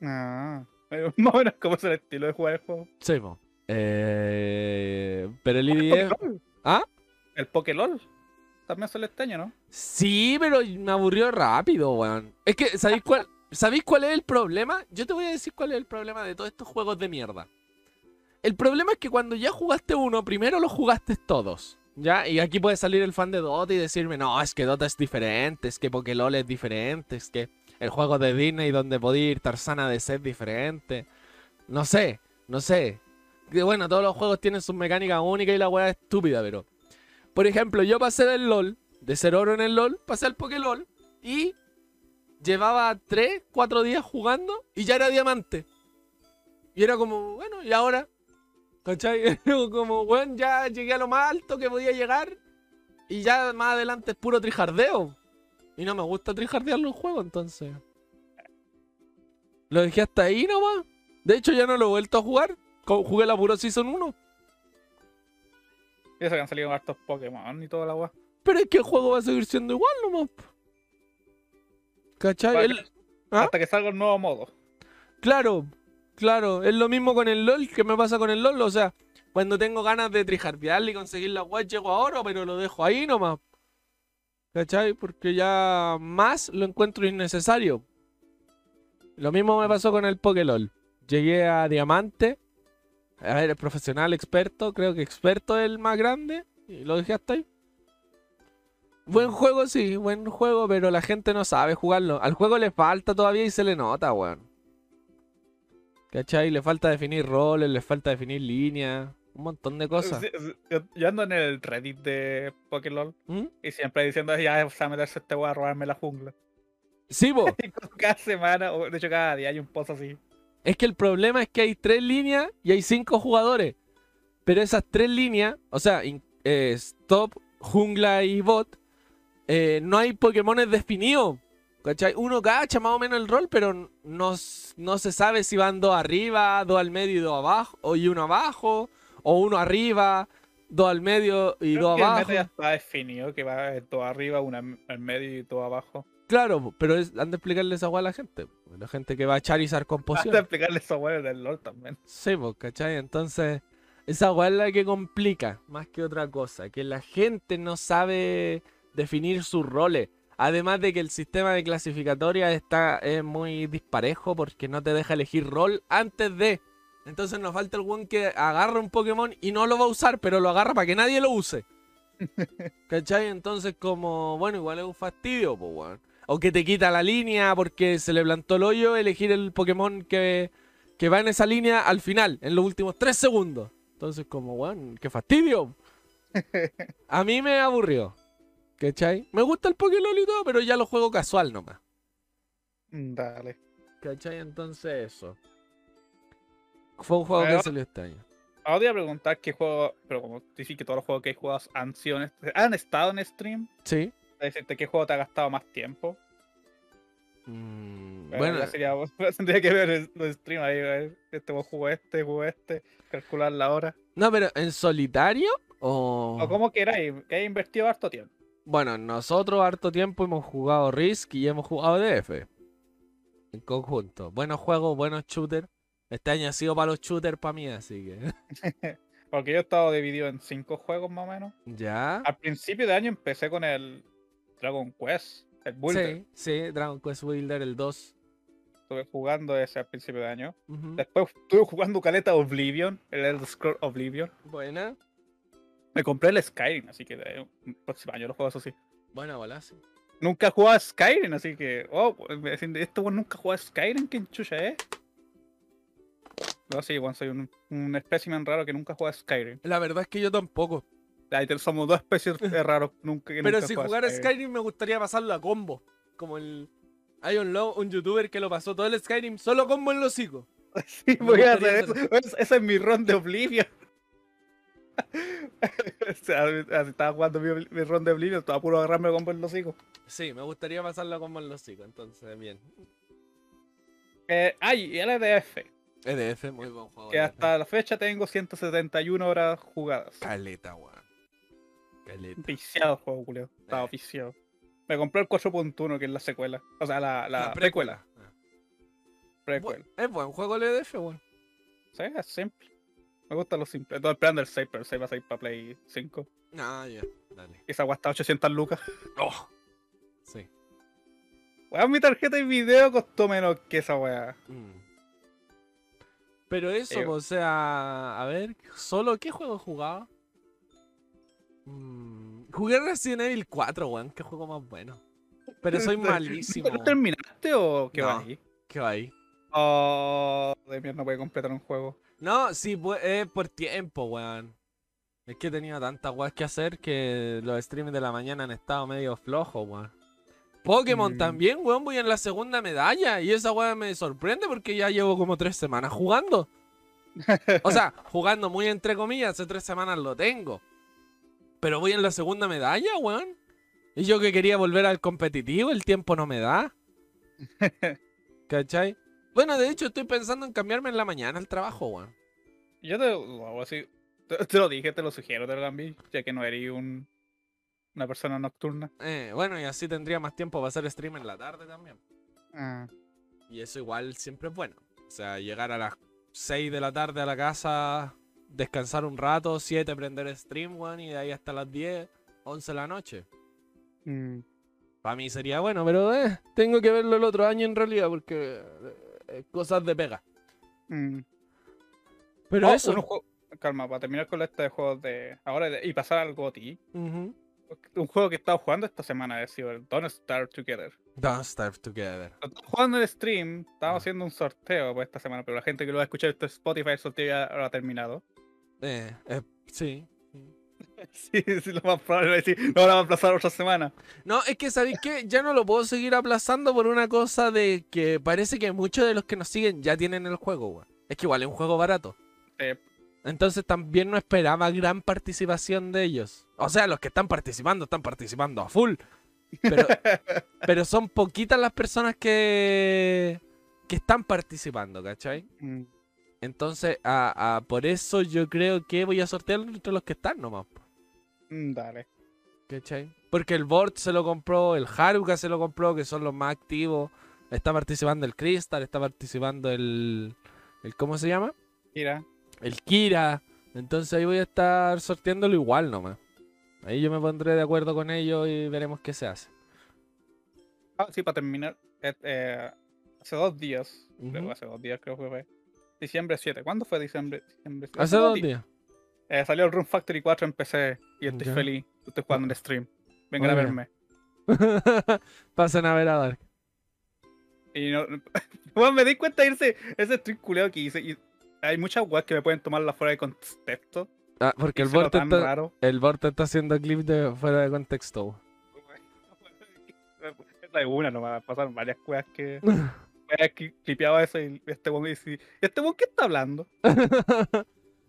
B: Ah. Pero Más o menos como es el estilo de jugar el juego.
A: Sí, po. Eh, pero el
B: El
A: IDF...
B: Pokélol.
A: ¿Ah?
B: El Pokélol. También sale este año, ¿no?
A: Sí, pero me aburrió rápido, weón. Es que, ¿sabéis cuál, ¿sabéis cuál es el problema? Yo te voy a decir cuál es el problema de todos estos juegos de mierda. El problema es que cuando ya jugaste uno, primero los jugaste todos. ¿Ya? Y aquí puede salir el fan de Dota y decirme, no, es que Dota es diferente, es que Pokélol es diferente, es que el juego de Disney donde podía ir Tarzana de ser diferente. No sé, no sé. Que bueno, todos los juegos tienen sus mecánicas únicas y la weá es estúpida, pero. Por ejemplo, yo pasé del LOL, de ser oro en el LOL, pasé al Pokélol y llevaba 3, 4 días jugando y ya era diamante. Y era como, bueno, ¿y ahora? ¿Cachai? Era como, bueno, ya llegué a lo más alto que podía llegar y ya más adelante es puro trijardeo. Y no me gusta trijardear los juegos, entonces. Lo dejé hasta ahí nomás. De hecho, ya no lo he vuelto a jugar. Co- Jugué la puro Season 1.
B: Y eso que han salido hartos Pokémon y toda la weá.
A: Pero es que el juego va a seguir siendo igual nomás. po. ¿Cachai?
B: Vale.
A: El- ¿Ah?
B: Hasta que salga el nuevo modo.
A: claro, claro. Es lo mismo con el LOL que me pasa con el LOL. O sea, cuando tengo ganas de trijardearle y conseguir la guay, llego a oro, pero lo dejo ahí nomás. ¿Cachai? Porque ya más lo encuentro innecesario. Lo mismo me pasó con el Pokélol. Llegué a Diamante. A ver, profesional, experto. Creo que experto es el más grande. Y lo dejé hasta ahí. Buen juego, sí, buen juego, pero la gente no sabe jugarlo. Al juego le falta todavía y se le nota, weón. ¿Cachai? Le falta definir roles, le falta definir líneas, un montón de cosas.
B: Sí, sí, Yo, yo ando en el Reddit de Pokélol
A: ¿Mm?
B: y siempre diciendo, ya se va a meterse este weá a robarme la jungla.
A: Sí, po.
B: Y cada semana, o de hecho cada día hay un post así.
A: Es que el problema es que hay tres líneas y hay cinco jugadores. Pero esas tres líneas, o sea, in- eh, stop, jungla y bot, eh, no hay Pokémones definidos. ¿Cachai? Uno cacha más o menos el rol, pero n- no, s- no se sabe si van dos arriba, dos al medio y dos abajo, o y uno abajo, o uno arriba, dos al medio y
B: Creo
A: dos
B: que el
A: abajo.
B: meta ya está definido, que va de todo arriba, una al medio y todo abajo.
A: Claro, po, pero es, han de explicarle esa hueá a la gente. po. La gente que va a Charizard con
B: Hasta
A: poción.
B: explicarle esos weones del LOL también.
A: Sí, pues, ¿cachai? Entonces, esa weá es la que complica, más que otra cosa, que la gente no sabe definir sus roles. Además de que el sistema de clasificatoria está es muy disparejo porque no te deja elegir rol antes de. Entonces nos falta el one que agarra un Pokémon y no lo va a usar, pero lo agarra para que nadie lo use. ¿Cachai? Entonces como, bueno, igual es un fastidio, pues, weón. O que te quita la línea porque se le plantó el hoyo, elegir el Pokémon que, que va en esa línea al final, en los últimos tres segundos. Entonces, como, weón, qué fastidio. A mí me aburrió. ¿Cachai? Me gusta el Pokélol y todo, pero ya lo juego casual nomás.
B: Mm, Dale.
A: ¿Cachai? Entonces eso. Fue un juego que
B: Pero-
A: salió este año.
B: Ahora te voy a preguntar qué juego, pero como dicen que todos los juegos que he jugado han, sido en est- han estado en stream,
A: Sí.
B: a decirte qué juego te ha gastado más tiempo.
A: Mm,
B: Pero
A: bueno,
B: ya sería, tendría que ver el- los stream ahí, ver, este juego jugó este, jugó este, calcular la hora.
A: no, pero ¿en solitario? O...
B: O como queráis, que hayas invertido harto tiempo.
A: Bueno, nosotros harto tiempo hemos jugado Risk y hemos jugado DF. En conjunto. Buenos juegos, buenos shooters. Este año ha sido para los shooters para mí, así que.
B: Porque yo he estado dividido en cinco juegos más o menos.
A: ¿Ya?
B: Al principio de año empecé con el Dragon Quest, el Builder.
A: Sí, sí, Dragon Quest Builder, el 2.
B: Estuve jugando ese al principio de año.
A: Ujú.
B: Después estuve jugando Caleta Oblivion, el Elder Scrolls Oblivion.
A: Buena.
B: Me compré el Skyrim, así que de- el próximo año lo juego eso sí.
A: Buena bola, sí.
B: Nunca jugaba Skyrim, así que. Oh, me decían, este weón nunca jugaba Skyrim, ¿quién chucha es? No, sí, weón, soy un, un espécimen raro que nunca juega Skyrim.
A: La verdad es que yo tampoco.
B: Ahí te- somos dos especies de raros nunca, que
A: Pero
B: nunca
A: si
B: juega
A: jugara Skyrim me gustaría pasarlo a combo. Como el. Hay un, lo- un youtuber que lo pasó todo el Skyrim solo combo en los hocico.
B: Sí,
A: Me
B: voy a
A: gustaría
B: hacer eso.
A: hacer-
B: Es- ese es mi ron de Oblivion. O sea, así estaba jugando mi, Obli- mi ron de Oblivion, estaba puro agarrarme con los hijos.
A: Sí, me gustaría pasarlo a combo en los hocico, entonces bien.
B: Eh, ay, y LDF.
A: EDF, E muy buen juego.
B: Que
A: EDF.
B: hasta la fecha tengo 171 horas jugadas.
A: Caleta, weón. Caleta.
B: Viciado el juego, culeo. Estaba
A: Eh.
B: viciado. Me compré el 4.1, que es la secuela. O sea, la, la, precuela.
A: Ah.
B: Precuela.
A: Bu- Es buen juego el EDF, weón.
B: Sí, es simple. Me gusta lo simple. Estoy esperando el 6, pero el 6 va a salir para Play 5.
A: Ah, ya. Dale.
B: Y esa guasta 800 lucas.
A: Oh. Sí.
B: Weón, mi tarjeta de video costó menos que esa weá.
A: Mm. Pero eso,
B: Pero-
A: o sea, a ver, ¿solo qué juego jugaba? Mm, jugué Resident Evil 4, weón, qué juego más bueno. Pero soy malísimo.
B: ¿Lo
A: weón.
B: terminaste o qué va
A: No.
B: ahí?
A: ¿Qué va ahí?
B: Oh, de mierda, voy a completar un juego.
A: No, sí, pu- eh, por tiempo, weón. Es que he tenido tantas weas que hacer que los streams de la mañana han estado medio flojos, weón. Pokémon
B: Mm.
A: también, weón, voy en la segunda medalla. Y esa wea me sorprende porque ya llevo como tres semanas jugando. O sea, jugando muy entre comillas, hace tres semanas lo tengo. Pero voy en la segunda medalla, weón. Y yo que quería volver al competitivo, el tiempo no me da. ¿Cachai? Bueno, de hecho, estoy pensando en cambiarme en la mañana al trabajo, weón.
B: Yo te lo hago así. Te, te lo dije, te lo sugiero, te lo cambié, ya que no eres un, una persona nocturna.
A: Eh, bueno, y así tendría más tiempo para hacer stream en la tarde también.
B: Ah.
A: Y eso igual siempre es bueno. O sea, llegar a las 6 de la tarde a la casa, descansar un rato, 7 prender stream, weón, y de ahí hasta las 10, 11 de la noche.
B: Mm.
A: Para mí sería bueno, pero eh, tengo que verlo el otro año en realidad porque eh, cosas de pega.
B: Mm.
A: Pero
B: Oh,
A: eso...
B: unos juegos- Calma, para terminar con la lista de juegos de ahora de- y pasar al GOTY.
A: Ujú.
B: Un juego que he estado jugando esta semana ha sido el Don't Starve Together.
A: Don't Starve Together.
B: Lo estaba jugando en el stream,
A: Ah.
B: estábamos haciendo un sorteo pues, esta semana, pero la gente que lo va a escuchar en Spotify, el sorteo ya lo ha terminado.
A: Eh, eh, sí.
B: sí, sí, lo más probable es decir, no lo van a aplazar otra semana.
A: No, es que sabéis que ya no lo puedo seguir aplazando por una cosa de que parece que muchos de los que nos siguen ya tienen el juego, weón. Es que igual es un juego barato.
B: Eh,
A: Entonces también no esperaba gran participación de ellos. O sea, los que están participando están participando a full. Pero, pero son poquitas las personas que, que están participando, ¿cachai?
B: mm.
A: Entonces, a- a- por eso yo creo que voy a sortear entre los que están nomás. po.
B: Mm, Dale.
A: ¿Cachai? Porque el Bort se lo compró, el Haruka se lo compró, que son los más activos. Está participando el Crystal, está participando el, el. ¿Cómo se llama?
B: Mira,
A: El Kira. Entonces ahí voy a estar sorteándolo igual nomás. Ahí yo me pondré de acuerdo con ellos y veremos qué se hace.
B: Ah, sí, para terminar, et- eh, hace dos días, creo,
A: Ujú.
B: hace dos días creo que fue. Diciembre 7. ¿Cuándo fue diciembre? diciembre siete?
A: Hace dos días.
B: Eh, salió el Room Factory 4 en PC y estoy
A: Ya. Ah.
B: feliz. Estoy jugando en stream. Vengan a
A: Oye.
B: verme.
A: Pasan a ver a Dark.
B: Y no. Bueno, me di cuenta de ese, ese stream culeo que hice. Y hay muchas weas que me pueden tomar fuera de contexto.
A: Ah, porque el
B: Hice lo
A: Bort,
B: tan
A: está,
B: raro.
A: el Bort está haciendo clip de fuera de contexto.
B: Esa es una nomás, pasaron varias weas que. weas que clipeaba eso y este weón me dice: ¿Este weón qué está hablando?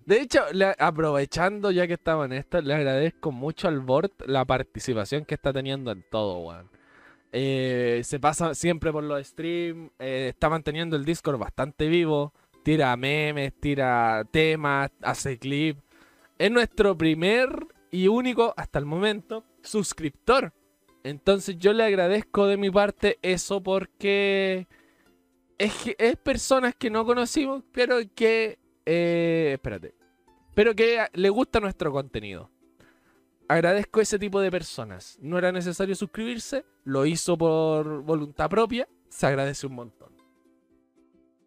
A: De hecho, le- aprovechando ya que estaba en esto, le agradezco mucho al Bort la participación que está teniendo en todo, weón. Eh, se pasa siempre por los streams, está manteniendo el Discord bastante vivo, tira memes, tira temas, hace clip. Es nuestro primer y único, hasta el momento, suscriptor. Entonces yo le agradezco de mi parte eso porque es, que- es personas que no conocimos, pero que eh, espérate. Pero que a- le gusta nuestro contenido. Agradezco ese tipo de personas. No era necesario suscribirse, lo hizo por voluntad propia, se agradece un montón.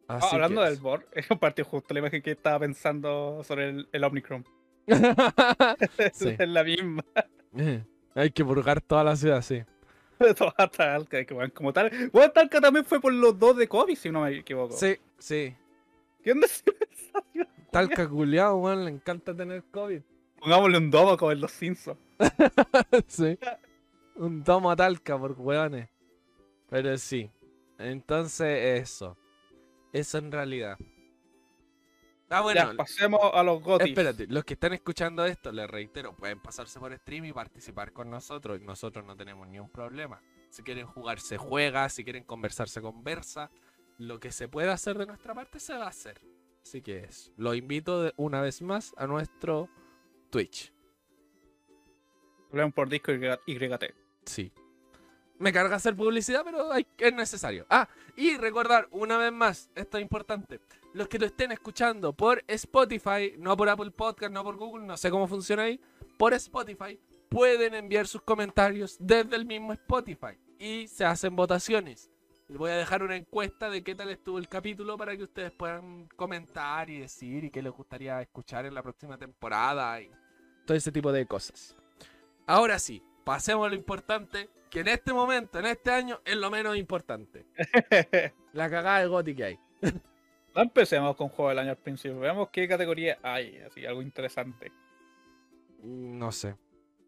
B: Ah,
A: Así que
B: hablando del
A: eso.
B: board, compartí justo la imagen que estaba pensando sobre el, el Omnicron.
A: Sí.
B: es la misma.
A: Eh, Hay que purgar toda la ciudad, sí.
B: Toda Talca, que weón, como tal. Weón, Talca también fue por los dos de COVID, si no me equivoco.
A: Sí, sí.
B: ¿Qué onda si esa ciudad?
A: Tal caculeado, weón, le encanta tener COVID.
B: Pongámosle un domo como en los Simpsons.
A: sí. Un tomo a talca por hueones. Pero sí. Entonces, eso. Eso en realidad. Ah, bueno.
B: ya, pasemos a los gotis.
A: Espérate, los que están escuchando esto, les reitero, pueden pasarse por stream y participar con nosotros. Nosotros no tenemos ni un problema. Si quieren jugar, se juega. Si quieren conversar, se conversa. Lo que se pueda hacer de nuestra parte, se va a hacer. Así que es. Los invito de- una vez más a nuestro Twitch.
B: Hablamos por disco y YT.
A: Sí. Me carga hacer publicidad, pero hay- es necesario. Ah, y recordar una vez más, esto es importante. Los que lo estén escuchando por Spotify, no por Apple Podcast, no por Google, no sé cómo funciona ahí, por Spotify, pueden enviar sus comentarios desde el mismo Spotify y se hacen votaciones. Les voy a dejar una encuesta de qué tal estuvo el capítulo para que ustedes puedan comentar y decir y qué les gustaría escuchar en la próxima temporada y todo ese tipo de cosas. Ahora sí, pasemos a lo importante, que en este momento, en este año, es lo menos importante. La cagada de Gothic que hay.
B: No empecemos con juego del año al principio. Veamos qué categoría hay. Así, algo interesante.
A: Mm, No sé.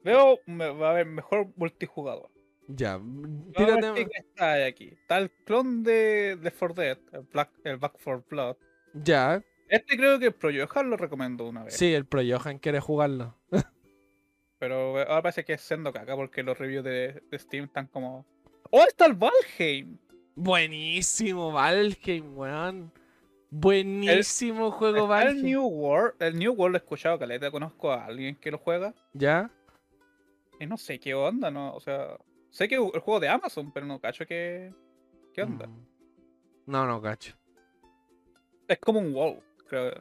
B: Veo, me- va a haber mejor multijugador.
A: Ya, mm,
B: No,
A: tírate-
B: es que está ahí aquí. Está el clon de, de For Dead, el, Black, el Back for Blood.
A: Ya,
B: Este creo que Pro Johan lo recomendó una vez.
A: sí, el Pro Johan quiere jugarlo.
B: Pero ahora parece que es siendo caca porque los reviews de, de Steam están como. ¡Oh, está el Valheim!
A: Buenísimo, Valheim, weón. Buenísimo juego
B: Está el
A: Valheim.
B: New World. El New World lo he escuchado, Caleta. Conozco a alguien que lo juega.
A: Ya,
B: Y no sé qué onda, ¿no? O sea, sé que es el juego de Amazon, pero no cacho qué. ¿Qué onda?
A: Mm. No, no, cacho.
B: Es como un WoW, creo.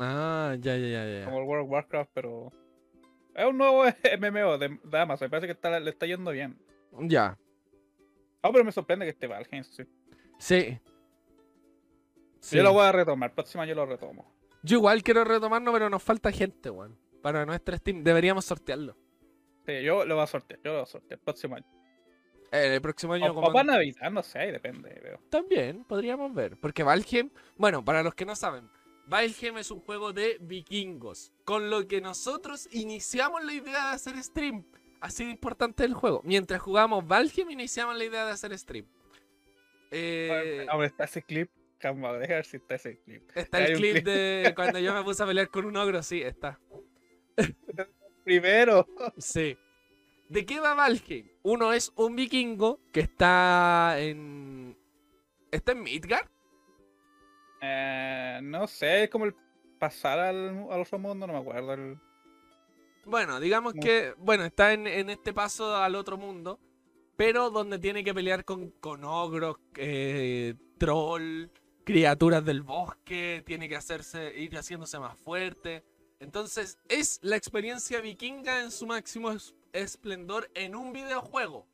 A: Ah, ya, ya, ya, ya.
B: Como el World of Warcraft, pero. Es un nuevo MMO de, de Amazon. Parece que está- le está yendo bien.
A: Ya,
B: Ah, pero me sorprende que esté Valheim. sí.
A: sí. Sí.
B: Yo lo voy a retomar. Próxima yo lo retomo.
A: Yo igual quiero retomarlo, pero nos falta gente, weón. Para nuestra Steam, deberíamos sortearlo.
B: Sí, yo lo voy a sortear. Yo lo voy a sortear. Próximo año.
A: Eh, el próximo año
B: O,
A: como
B: o para Navidad, no sé. Ahí depende. Veo.
A: También podríamos ver, porque Valheim, bueno, para los que no saben, Valheim es un juego de vikingos, con lo que nosotros iniciamos la idea de hacer stream. Así de importante el juego. Mientras jugamos Valheim, iniciamos la idea de hacer stream. Eh,
B: Ahora está ese clip. Calma, deja ver si está ese clip.
A: está
B: hay
A: el
B: un
A: clip
B: clip.
A: de cuando yo me puse a pelear con un ogro, sí, está.
B: Primero.
A: Sí. ¿De qué va Valheim? Uno es un vikingo que está en... ¿Está en Midgard?
B: Eh, no sé. Es como el pasar al, al otro mundo. No me acuerdo. el-
A: Bueno, digamos
B: Mu-
A: que, bueno, está en, en este paso al otro mundo, pero donde tiene que pelear con, con ogros, eh, troll, criaturas del bosque, tiene que hacerse, ir haciéndose más fuerte. Entonces, es la experiencia vikinga en su máximo es- esplendor en un videojuego,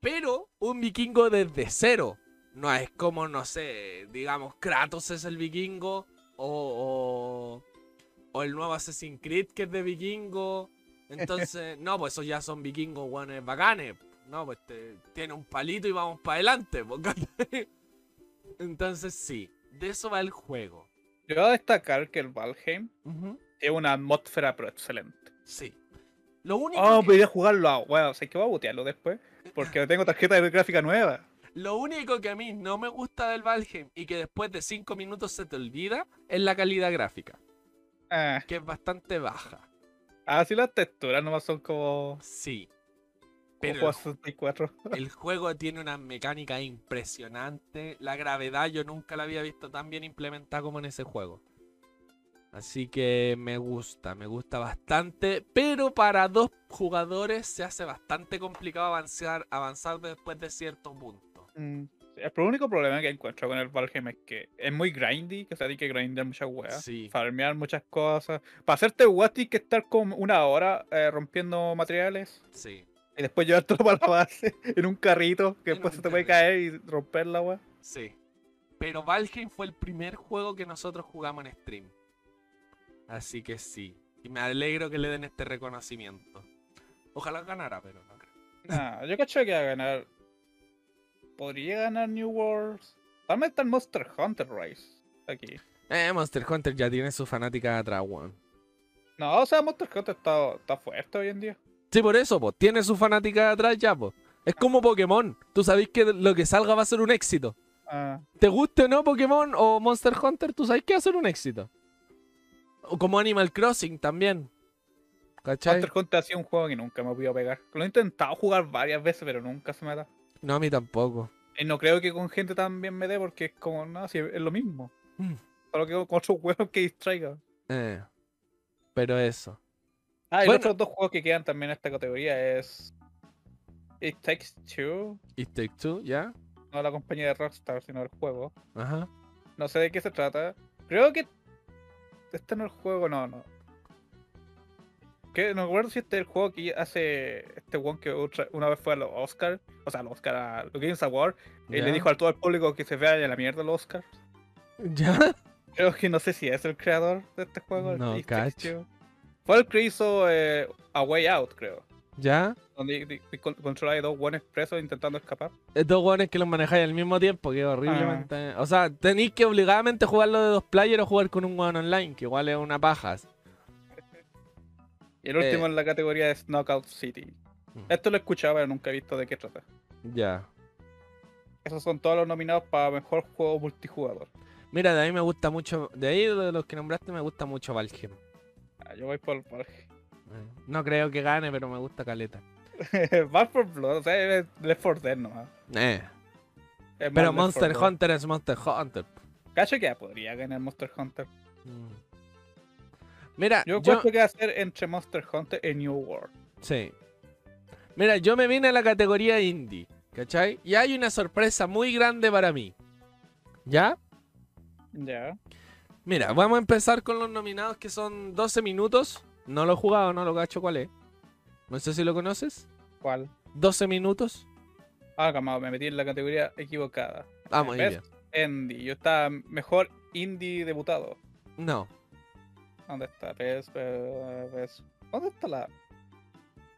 A: pero un vikingo desde cero. No es como, no sé, digamos, Kratos es el vikingo o- o o el nuevo Assassin's Creed que es de vikingo. Entonces, no, pues esos ya son vikingos guanes bacanes. No, pues te- tiene un palito y vamos para adelante. po, ¿cachai? Entonces, sí, de eso va el juego.
B: Yo voy a destacar que el Valheim es una atmósfera pero excelente.
A: Sí. Lo único,
B: Oh,
A: que,
B: voy a jugarlo. ah, Bueno, sé que voy a botearlo después. Porque tengo tarjeta de gráfica nueva.
A: lo único que a mí no me gusta del Valheim y que después de 5 minutos se te olvida es la calidad gráfica,
B: Ah,
A: que es bastante baja.
B: así las texturas nomás son como.
A: Sí.
B: Como
A: Pero
B: juego 64.
A: El juego tiene una mecánica impresionante. La gravedad yo nunca la había visto tan bien implementada como en ese juego. Así que me gusta, me gusta bastante. Pero para dos jugadores se hace bastante complicado avanzar, avanzar después de cierto punto.
B: Mm, sí, El único problema que encuentro con el Valheim es que es muy grindy, que o sea, hay que grindar muchas weas,
A: Sí.
B: farmear muchas cosas. Para hacerte weas tienes que estar como una hora eh, rompiendo materiales
A: Sí,
B: y después llevar todo para la base en un carrito que
A: En
B: después
A: un
B: se te puede
A: carrito.
B: caer y romper la wea.
A: sí. Pero Valheim fue el primer juego que nosotros jugamos en stream. Así que sí. Y me alegro que le den este reconocimiento. Ojalá ganara, pero no creo.
B: Nah, yo cacho que va a ganar. Podría ganar New Worlds. Tal vez está el Monster Hunter Rise aquí.
A: Eh, Monster Hunter ya tiene su fanática atrás, weón.
B: No, o sea, Monster Hunter está, está fuerte hoy en día.
A: Sí, por eso, pues, tiene su fanática atrás ya, pues. Es como Pokémon. Tú sabés que lo que salga va a ser un éxito.
B: Ah,
A: Te guste o no Pokémon o Monster Hunter, tú sabes que va a ser un éxito. O como Animal Crossing también. ¿Cachai?
B: Monster Hunter ha sido un juego que nunca me he podido pegar. Lo he intentado jugar varias veces, pero nunca se me da.
A: No, a mí tampoco.
B: Y no creo que con gente también me dé, porque es como, no, si es lo mismo.
A: Mm.
B: Solo que con otros juegos que distraigan.
A: Eh, pero eso.
B: Ah, y
A: Bueno.
B: los otros dos juegos que quedan también en esta categoría es. It Takes Two,
A: It Take Two, ¿ya?
B: no la compañía de Rockstar, sino el juego.
A: Ajá.
B: No sé de qué se trata. Creo que. Este no es el juego, no, no. Que no recuerdo si este es el juego que hace este one que otra- una vez fue a los Oscar, o sea, a los Oscar, a los Games Award, y
A: ¿ya?
B: le dijo a todo el público que se vea en la mierda los Oscar.
A: ¿Ya?
B: Creo que no sé si es el creador de este juego. el
A: No,
B: It Takes
A: cacho.
B: Two. Fue el que hizo eh, A Way Out, creo.
A: ¿Ya?
B: donde di- di- con- controla de dos buenos presos intentando escapar.
A: Estos hueones que los manejáis al mismo tiempo, que horriblemente. O sea, tenéis que obligadamente jugarlo de dos players o jugar con un hueón online, que igual es una paja.
B: Y el último en la categoría es Knockout City.
A: Eh. Mm.
B: Esto lo escuchaba, pero nunca he visto de qué trata.
A: Ya.
B: Esos son todos los nominados para mejor juego multijugador.
A: Mira, de ahí me gusta mucho. De ahí de los que nombraste, me gusta mucho Valheim.
B: Ah, Yo voy por, por...
A: Eh, No creo que gane, pero me gusta Caleta.
B: Back for Blood, o sea, es Left 4 Dead nomás.
A: Eh,
B: Es
A: Pero
B: más Left 4
A: Monster
B: Dead.
A: Hunter es Monster Hunter.
B: Cacho que ya podría ganar Monster Hunter.
A: Mm. Mira,
B: Yo
A: yo,
B: creo que va a ser entre Monster Hunter y New World.
A: sí. Mira, yo me vine a la categoría indie, ¿cachai? Y hay una sorpresa muy grande para mí. ¿Ya?
B: Ya.
A: Mira, vamos a empezar con los nominados que son 12 minutos. No lo he jugado, no lo cacho cuál es. No sé si lo conoces.
B: ¿Cuál?
A: 12 minutos.
B: Ah, camado, me metí en la categoría equivocada.
A: Ah, muy
B: ¿Ves?
A: bien.
B: Indie. Yo estaba mejor indie debutado.
A: No.
B: ¿Dónde está? ¿Ves? ¿Ves? ¿Ves? ¿Dónde está la.?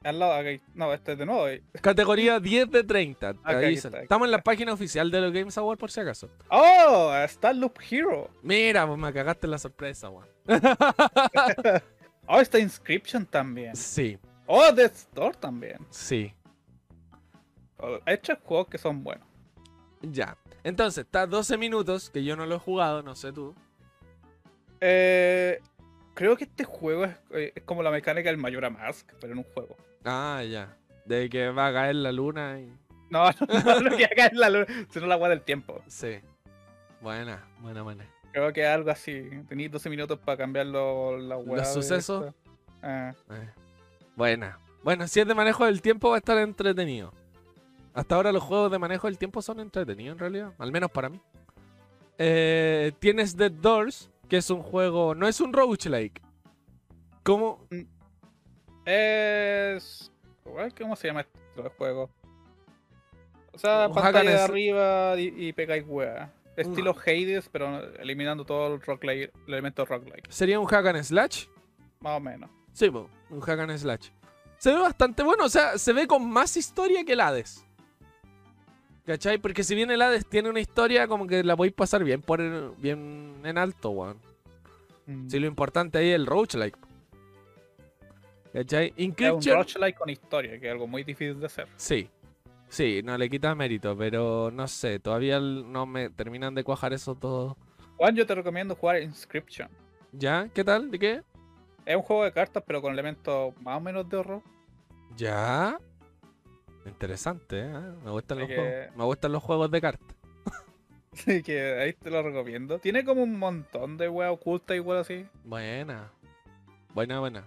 B: Al lado, aquí. No, este es de nuevo. eh.
A: Categoría 10 de 30. te
B: Ah, ok, aquí
A: avisan.
B: está, aquí
A: Estamos en la
B: está.
A: página oficial de los Games Award por si acaso.
B: ¡Oh! Está Loop Hero.
A: Mira, pues me cagaste la sorpresa, weón.
B: ¡Oh! Está Inscription también.
A: Sí,
B: ¡Oh! Death Store también.
A: sí.
B: Oh, Hay tres juegos que son buenos.
A: Ya. Entonces, está 12 minutos, que yo no lo he jugado, no sé tú.
B: Eh, creo que este juego es, eh, es como la mecánica del Mayora Mask, pero en un juego.
A: Ah, ya. De que va a caer la luna y.
B: No, no, no, no que haga en la luna, sino la agua del tiempo.
A: Sí. Buena, buena, buena.
B: Creo que algo así. Tenéis 12 minutos para cambiar lo- la hueá de
A: sucesos?
B: esto. Ah,
A: Eh, Buena. Bueno, si es de manejo del tiempo, va a estar entretenido. Hasta ahora los juegos de manejo del tiempo son entretenidos en realidad, al menos para mí. Eh, tienes Dead Doors, que es un juego, no es un roguelike. ¿Cómo?
B: Es. Uy, ¿Cómo se llama este juego? O sea,
A: Un hack and
B: pantalla de
A: slash.
B: arriba y, y pegáis wea. Estilo
A: Un-
B: Hades, pero eliminando todo el, rock el elemento rock-like,
A: ¿Sería un hack and slash?
B: más o menos.
A: Sí, po, un hack and slash. Se ve bastante bueno, o sea, se ve con más historia que el Hades. ¿Cachai? Porque si bien el Hades tiene una historia, como que la podéis pasar bien por el- bien en alto, weón.
B: Mm.
A: Si lo importante ahí es el roguelike. ¿Cachai?
B: es un
A: Inscription.
B: roguelike con historia, que es algo muy difícil de hacer.
A: Sí. Sí, no le quita mérito, pero no sé, todavía el- no me terminan de cuajar esos dos.
B: Juan, yo te recomiendo jugar Inscription.
A: ¿Ya? ¿Qué tal? ¿De qué?
B: Es un juego de cartas, pero con elementos más o menos de horror.
A: ¿Ya? Interesante, ¿eh? Me gustan, los
B: Así que-
A: juegos. Me gustan los juegos de cartas.
B: Así que ahí te lo recomiendo. Tiene como un montón de wea oculta igual así.
A: Buena. Buena, buena.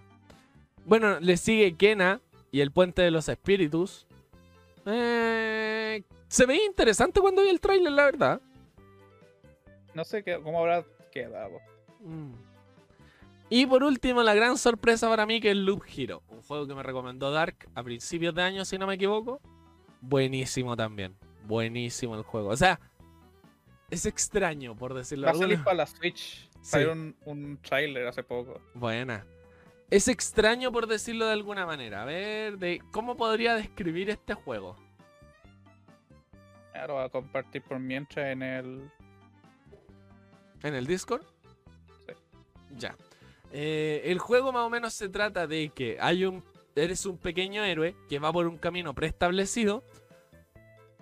A: Bueno, le sigue Kena y el Puente de los Espíritus. Eh, se veía interesante cuando vi el tráiler, la verdad.
B: No sé qué, cómo habrá quedado.
A: Mm. Y por último, la gran sorpresa para mí que es Loop Hero, un juego que me recomendó Dark a principios de año, si no me equivoco. Buenísimo también. Buenísimo el juego. O sea, es extraño, por decirlo
B: Va a
A: de alguna
B: salir para la Switch. Salió
A: Sí.
B: un, un trailer hace poco.
A: Buena. Es extraño por decirlo de alguna manera. A ver, de ¿cómo podría describir este juego?
B: Ahora lo voy a compartir por mientras en el.
A: ¿En el Discord?
B: Sí.
A: Ya. Eh, el juego más o menos se trata de que hay un. Eres un pequeño héroe que va por un camino preestablecido.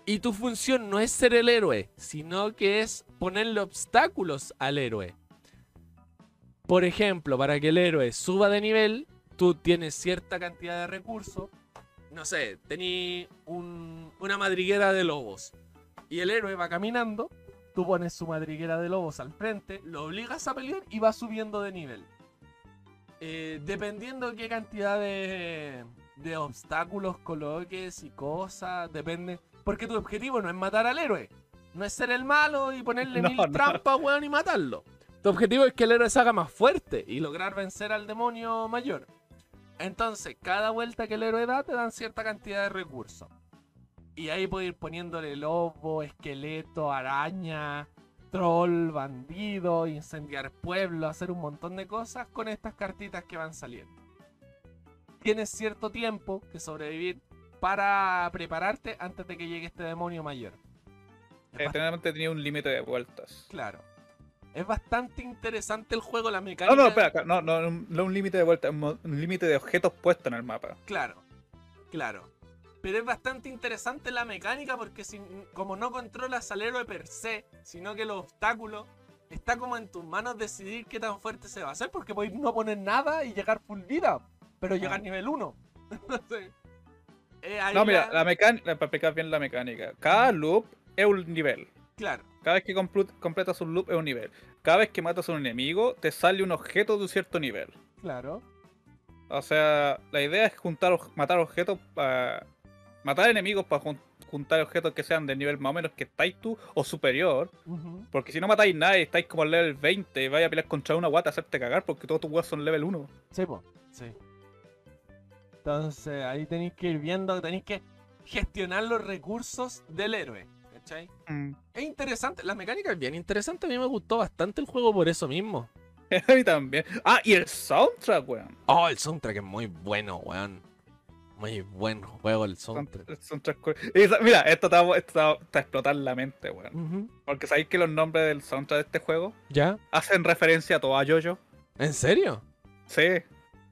A: Y tu función no es ser el héroe, sino que es ponerle obstáculos al héroe. Por ejemplo, para que el héroe suba de nivel, tú tienes cierta cantidad de recursos. No sé, tení un- una madriguera de lobos. Y el héroe va caminando
E: Tú pones su madriguera de lobos al frente, lo obligas a pelear y va subiendo de nivel. Eh, dependiendo qué cantidad de, de obstáculos coloques y cosas, depende. Porque tu objetivo no es matar al héroe, no es ser el malo y ponerle
B: No,
E: mil
B: no.
E: trampas, weón, y matarlo. Tu objetivo es que el héroe se haga más fuerte y lograr vencer al demonio mayor. Entonces, cada vuelta que el héroe da te dan cierta cantidad de recursos. Y ahí puedes ir poniéndole lobo, esqueleto, araña, troll, bandido, incendiar pueblo, hacer un montón de cosas con estas cartitas que van saliendo. Tienes cierto tiempo que sobrevivir para prepararte antes de que llegue este demonio mayor.
B: Eh,
E: Es bastante
B: Generalmente tenía un límite de vueltas.
E: claro. Es bastante interesante el juego, la mecánica.
B: No, no, espera, ca- no, no, no, no un límite de vueltas, un mo- un límite de objetos puestos en el mapa.
E: Claro, claro. Pero es bastante interesante la mecánica porque si- como no controlas al héroe per se, sino que los obstáculos, está como en tus manos decidir qué tan fuerte se va a hacer porque podéis no poner nada y llegar full vida, pero llegar nivel 1. Entonces, eh, ahí
B: No, mira,
E: la-
B: la mecánica, para explicar bien la mecánica, cada loop es un nivel.
E: Claro,
B: Cada vez que complu- completas un loop es un nivel. Cada vez que matas a un enemigo, te sale un objeto de un cierto nivel.
E: claro.
B: O sea, la idea es juntar, oj- matar objetos para... Matar enemigos para juntar objetos que sean del nivel más o menos que estáis tú o superior.
E: Ujú.
B: Porque si no matáis nadie, estáis como al level 20 y vais a pelear contra una guata a hacerte cagar porque todos tus weas son level 1.
E: Sí, po. Sí. Entonces ahí tenéis que ir viendo, tenéis que gestionar los recursos del héroe. ¿Cachai? Es interesante, la mecánica
A: Bien interesante, a mí me gustó bastante el juego por eso mismo.
B: A mí también. Ah, y el soundtrack, weón.
A: Oh, el soundtrack es muy bueno, weón. Muy buen juego el soundtrack.
B: El soundtrack, weón. Y esa- Mira, esto te va esto te va- te va a explotar la mente, weón.
A: Ujú.
B: Porque sabéis que los nombres del soundtrack de este juego
A: ¿Ya?
B: hacen referencia a todo a Jojo.
A: ¿En serio?
B: Sí,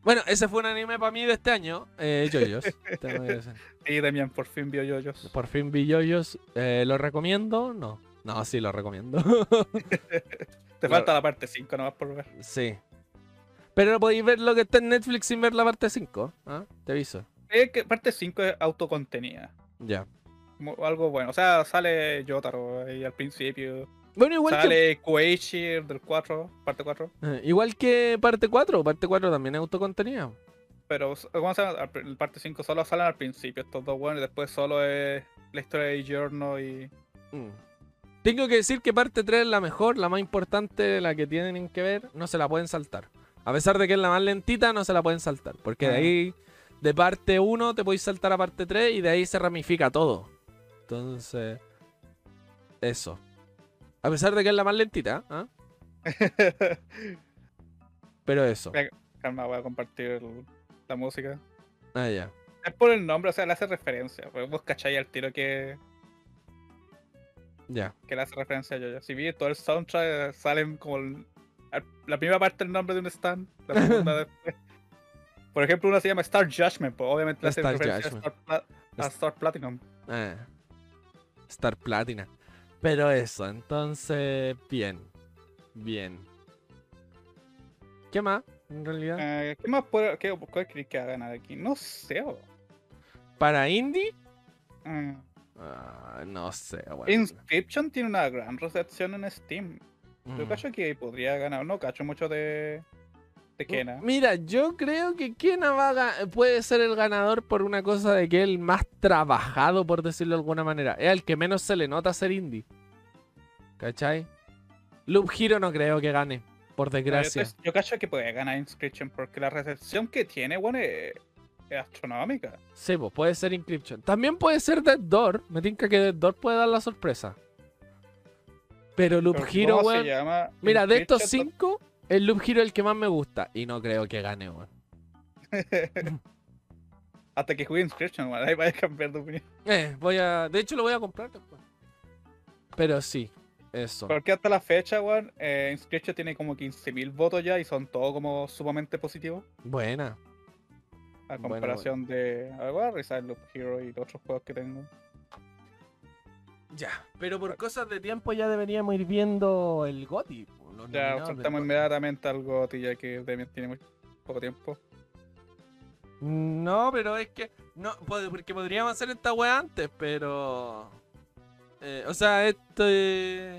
A: Bueno, ese fue un anime para mí de este año, eh, Yoyos. Tengo que decir.
B: sí, también por fin vio Jojo's.
A: Por fin vi Yoyos. Eh, ¿Lo recomiendo? No. No, sí, lo recomiendo.
B: Te falta la parte 5 nomás por ver.
A: sí. Pero podéis ver lo que está en Netflix sin ver la parte 5. ¿ah? Te aviso.
B: Es que parte 5 es autocontenida.
A: Ya.
B: Como Algo bueno. O sea, sale Yotaro ahí al principio.
A: Bueno, igual que,
B: sale Koichi del 4, parte 4.
A: eh, igual que parte 4. Parte 4 también es autocontenida.
B: Pero, ¿cómo se llama? Al pr- El parte 5 solo salen al principio estos dos buenos y después solo es la historia de Giorno y.
A: Mm. Tengo que decir que parte 3 es la mejor, la más importante, la que tienen que ver. No se la pueden saltar. A pesar de que es la más lentita, no se la pueden saltar. Porque de
B: Ah.
A: ahí, de parte 1, te podéis saltar a parte 3 y de ahí se ramifica todo. Entonces, eso. A pesar de que es la más lentita, ¿ah? pero eso.
B: Calma, voy a compartir el- la música.
A: Ah, ya.
B: Es por el nombre, o sea, le hace referencia. Pues vos cacháis al tiro que,
A: Ya.
B: que le hace referencia a Jojo. Si vi todo el soundtrack, eh, salen como. el- al- la primera parte el nombre de un stand, la segunda después. Por ejemplo, una se llama Star Judgment, pues obviamente le hace
A: Star
B: referencia a
A: Judgment.
B: Star, Pla- a
A: Es-
B: Star Platinum.
A: Eh. Star Platina. Pero eso, entonces, bien. Bien. ¿Qué más? En realidad.
B: Eh, ¿Qué más puedo, qué, cuál crees que va a ganar aquí? No sé. bo. Eh,
A: ¿Para indie?
B: Mm.
A: Ah, no sé, weón.
B: Inscription tiene una gran recepción en Steam. Yo
A: Mm.
B: cacho que podría ganar. No cacho mucho de. de Kena.
A: Mira, yo creo que Kena va a ga- puede ser el ganador por una cosa de que el más trabajado, por decirlo de alguna manera. Es al que menos se le nota ser indie. ¿Cachai? Loop Hero no creo que gane, por
B: Pero yo
A: desgracia.
B: estoy- pues, Yo cacho que podría ganar Inscription porque la recepción que tiene, bueno, es, es astronómica.
A: Sí, pues puede ser Inscription. También puede ser Dead Door. Me tinca que Dead Door puede dar la sorpresa. Pero Loop
B: Pero
A: Hero,
B: ¿cómo se
A: weón.
B: llama?
A: Mira, de estos
B: Inscription
A: cinco, el Loop Hero es el que más me gusta. Y no creo que gane, weón.
B: Hasta que juegue Inscription, weón. Ahí vaya a cambiar de opinión.
A: Eh, voy a. De hecho, lo voy a comprar después. Pero sí, eso.
B: Porque hasta la fecha, weón, eh, Inscription tiene como 15.000 votos ya y son todos como sumamente positivos.
A: Buena.
B: A
A: Bueno,
B: comparación de. A ver, voy a revisar Loop Hero y los otros juegos que tengo.
E: Ya, pero por cosas de tiempo ya deberíamos ir viendo el GOTI. po, los
B: Ya,
E: nominados del
B: saltamos
E: GOTY.
B: inmediatamente al GOTY ya que Demian tiene muy poco tiempo.
E: No, pero es que. No, pod- porque podríamos hacer esta weá antes, pero. eh, o sea, este.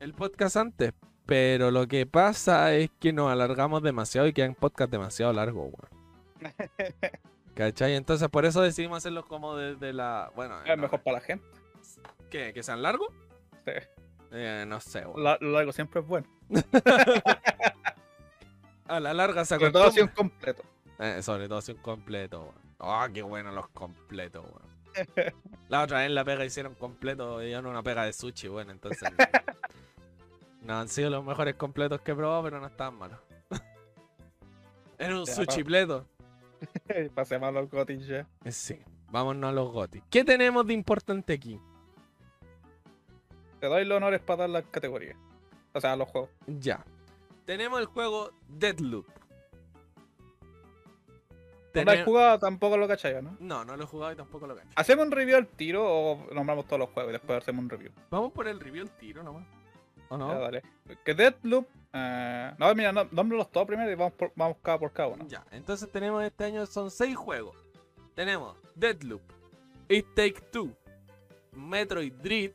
A: el podcast antes. Pero lo que pasa es que nos alargamos demasiado y quedan podcasts demasiado largos, weón. ¿Cachai? Entonces por eso decidimos hacerlos como desde la. Bueno,
B: Es
A: no,
B: mejor para la gente.
A: ¿qué? ¿Que sean largos?
B: Sí.
A: Eh, no sé, weón.
B: La- Lo largo siempre es bueno.
A: A la larga se
B: Sobre todo si es
A: acostumbra.
B: un completo.
A: Eh, sobre todo si un completo, weón. Ah, qué bueno los completos, weón. La otra vez en la pega hicieron completo y yo no una pega de sushi, bueno, entonces. no han sido los mejores completos que he probado, pero no estaban malos. Era un
B: Ya,
A: sushi pleto.
B: Pasemos a los gotis ya.
A: Eh, Sí, vámonos a los gotis. ¿Qué tenemos de importante aquí?
B: Te doy los honores para dar las categorías. O sea, los juegos.
A: Ya. Tenemos el juego Deadloop.
B: No lo he
A: Tene-
B: jugado, tampoco lo cachai, ¿no?
A: No, no lo he jugado y tampoco lo cacho.
B: ¿Hacemos un review al tiro o nombramos todos los juegos y después hacemos un review?
E: Vamos por el review al tiro nomás.
A: ¿O
B: Ya,
A: no?
B: dale. Que Deadloop. eh, no, mira, no, nómbralos todos primero y vamos, por, vamos cada por cada uno.
A: Ya, entonces tenemos este año son seis juegos. Tenemos Deadloop, It Take Two, Metroid Dread,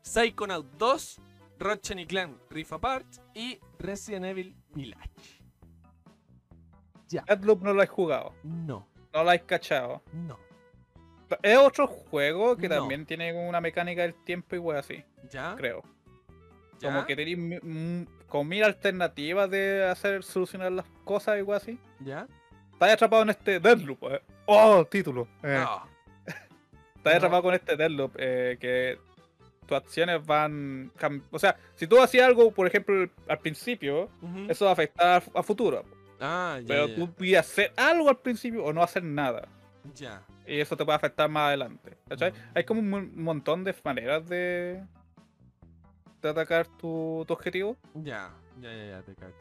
A: Psychonaut 2, Ratchet y Clan Rift Apart y Resident Evil Village.
B: Deadloop no lo he jugado.
A: No,
B: No lo he cachado.
A: no.
B: Es otro juego que
A: No.
B: también tiene como una mecánica del tiempo y wey así,
A: ¿Ya?
B: creo.
A: ¿Ya?
B: Como que tenéis mi- mm, con mil alternativas de hacer solucionar las cosas y wey así.
A: ¿Ya?
B: Estás atrapado en este Deadloop. eh. Oh, título. Eh,
A: No.
B: Estás
A: no.
B: atrapado con este Deadloop eh, que tus acciones van. cam- O sea, si tú hacías algo, por ejemplo, al principio,
A: Ujú.
B: eso va a afectar a futuro.
A: Ah, ya.
B: Pero
A: ya,
B: tú puedes hacer algo al principio o no hacer nada.
A: ya.
B: Y eso te puede afectar más adelante. ¿cachai? Hay como un mon- montón de maneras de, de atacar tu, tu objetivo.
A: Ya, ya, ya, ya, te cacho.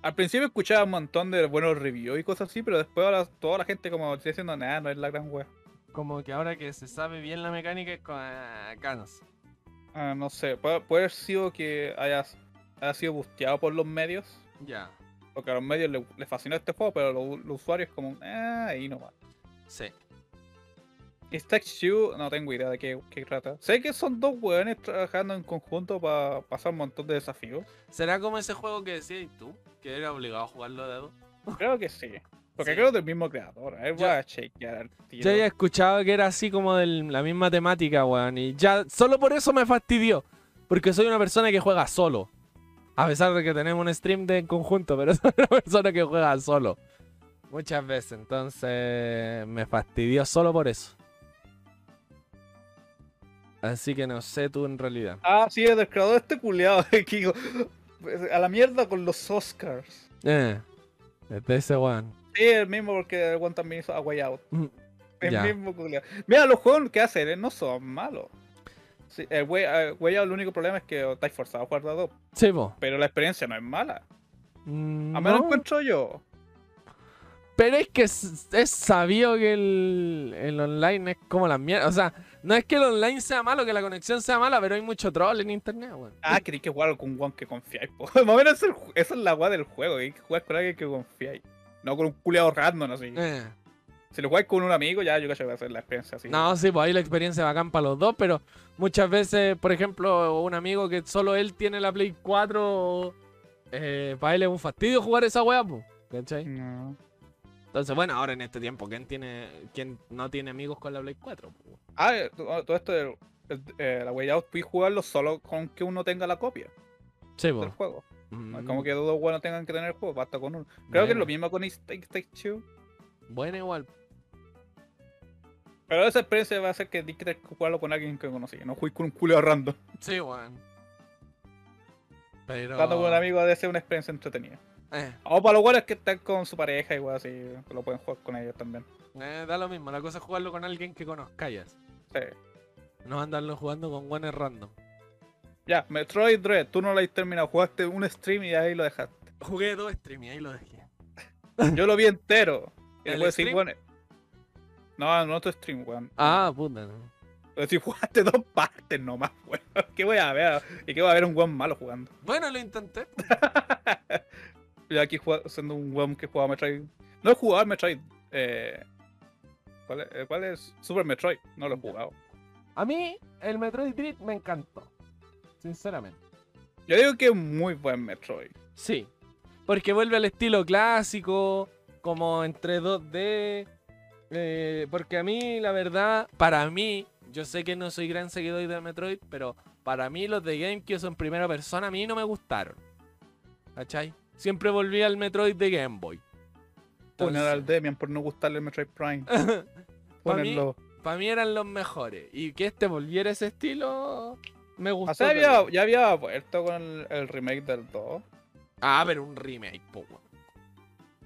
B: Al principio escuchaba un montón de buenos reviews y cosas así, pero después ahora toda la gente como está diciendo, nada, no es la gran wea.
A: Como que ahora que se sabe bien la mecánica es con ah, Canos.
B: Ah, no sé, puede, puede haber sido que hayas, haya sido busteado por los medios.
A: Ya.
B: Porque a los medios le- les fascinó este juego, pero los, los usuarios como, ah, ahí nomás.
A: Sí.
B: It Takes Two, no tengo idea de qué, qué trata. Sé que son dos weones trabajando en conjunto para pasar un montón de desafíos.
A: ¿Será como ese juego que decías tú? Que era obligado a jugarlo de dos.
B: Creo que sí. Porque
A: Sí.
B: creo que es del mismo creador. A ver, voy
A: Yo-
B: a chequear al tiro.
A: Yo había escuchado que era así como de la misma temática, weón. Y ya, solo por eso me fastidió. Porque soy una persona que juega solo. A pesar de que tenemos un stream de en conjunto, pero soy una persona que juega solo. Muchas veces, entonces me fastidió solo por eso. Así que no sé tú en realidad.
B: Ah, sí, es del creador de este culeado de Kiko. A la mierda con los Oscars.
A: Eh, desde ese weón.
B: Sí, el mismo porque el one también hizo A Way Out.
A: Mm,
B: El
A: ya.
B: mismo culiao. Mira, los juegos que hacen eh, no son malos. Sí, el Way, el Way Out, el único problema es que estáis forzados a jugar de a dos.
A: Sí, po.
B: Pero la experiencia no es mala.
A: Mm,
B: A menos
A: no.
B: encuentro yo.
A: Pero es que es, es sabido que el, el online es como la mierda. O sea, no es que el online sea malo, que la conexión sea mala, pero hay mucho troll en internet, weón.
B: Ah, queréis que jugar con un one que confiáis. po. Más o menos esa es el ju- esa es la guay del juego. Hay que jugar con alguien que confiáis. No con un culeado random así.
A: Eh,
B: Si lo jugáis con un amigo, ya yo creo que va a ser la experiencia así.
A: No, sí, pues ahí la experiencia bacán para los dos, pero muchas veces, por ejemplo, un amigo que solo él tiene la Play 4, eh, para él es un fastidio jugar esa weá, pues. ¿Cachai?
B: No.
A: Entonces, bueno, ahora en este tiempo, ¿quién tiene quién no tiene amigos con la Play pues? 4? po?
B: Ah, eh, to- todo esto de la way out, puedes jugarlo solo con que uno tenga la copia
A: Sí,
B: del
A: pues.
B: juego. No es como que dos buenos tengan que tener el juego, basta con uno. Creo que es lo mismo con It Takes- Takes Two.
A: Bueno, igual.
B: Pero esa experiencia va a hacer que tienes que jugarlo con alguien que conocí. No juegues con un culeado random.
A: Sí, weón. Pero.
B: Jugando con un amigo debe ser una experiencia entretenida.
A: Eh,
B: O para los buenos que están con su pareja, igual así, que lo pueden jugar con ellos también.
A: eh, da lo mismo, la cosa es jugarlo con alguien que conozcas.
B: Sí.
A: No andarlo jugando con guanes random.
B: Ya, Metroid Dread, tú no lo has terminado. Jugaste un stream y ahí lo dejaste.
A: Jugué dos streams y ahí lo dejé.
B: Yo lo vi entero. Y
A: ¿El
B: después
A: stream?
B: decís, bueno. No, no tu stream, weón.
A: Ah, puta. no.
B: Pero si jugaste dos partes nomás, weón. ¿Qué voy a ver? ¿Y qué voy a ver un weón malo jugando?
A: Bueno, lo intenté.
B: Yo aquí jugando, siendo un weón que jugaba Metroid. No he jugado Metroid. Eh, ¿cuál, es, eh, cuál es? Super Metroid. No lo he jugado.
A: A mí, el Metroid Dread me encantó. Sinceramente.
B: Yo digo que es un muy buen Metroid.
A: Sí. Porque vuelve al estilo clásico, como entre 2D. eh, porque a mí, la verdad, para mí, yo sé que no soy gran seguidor de Metroid, pero para mí los de GameCube son primera persona, a mí no me gustaron. ¿Cachai? Siempre volví al Metroid de Game Boy.
B: Poner al Demian por no gustarle el Metroid Prime. Ponerlo.
A: Para mí eran los mejores. Y que este volviera a ese estilo, me gustó.
B: O sea,
A: pero-
B: había- ya había vuelto con el, el remake del 2.
A: Ah, pero un remake, po. weón.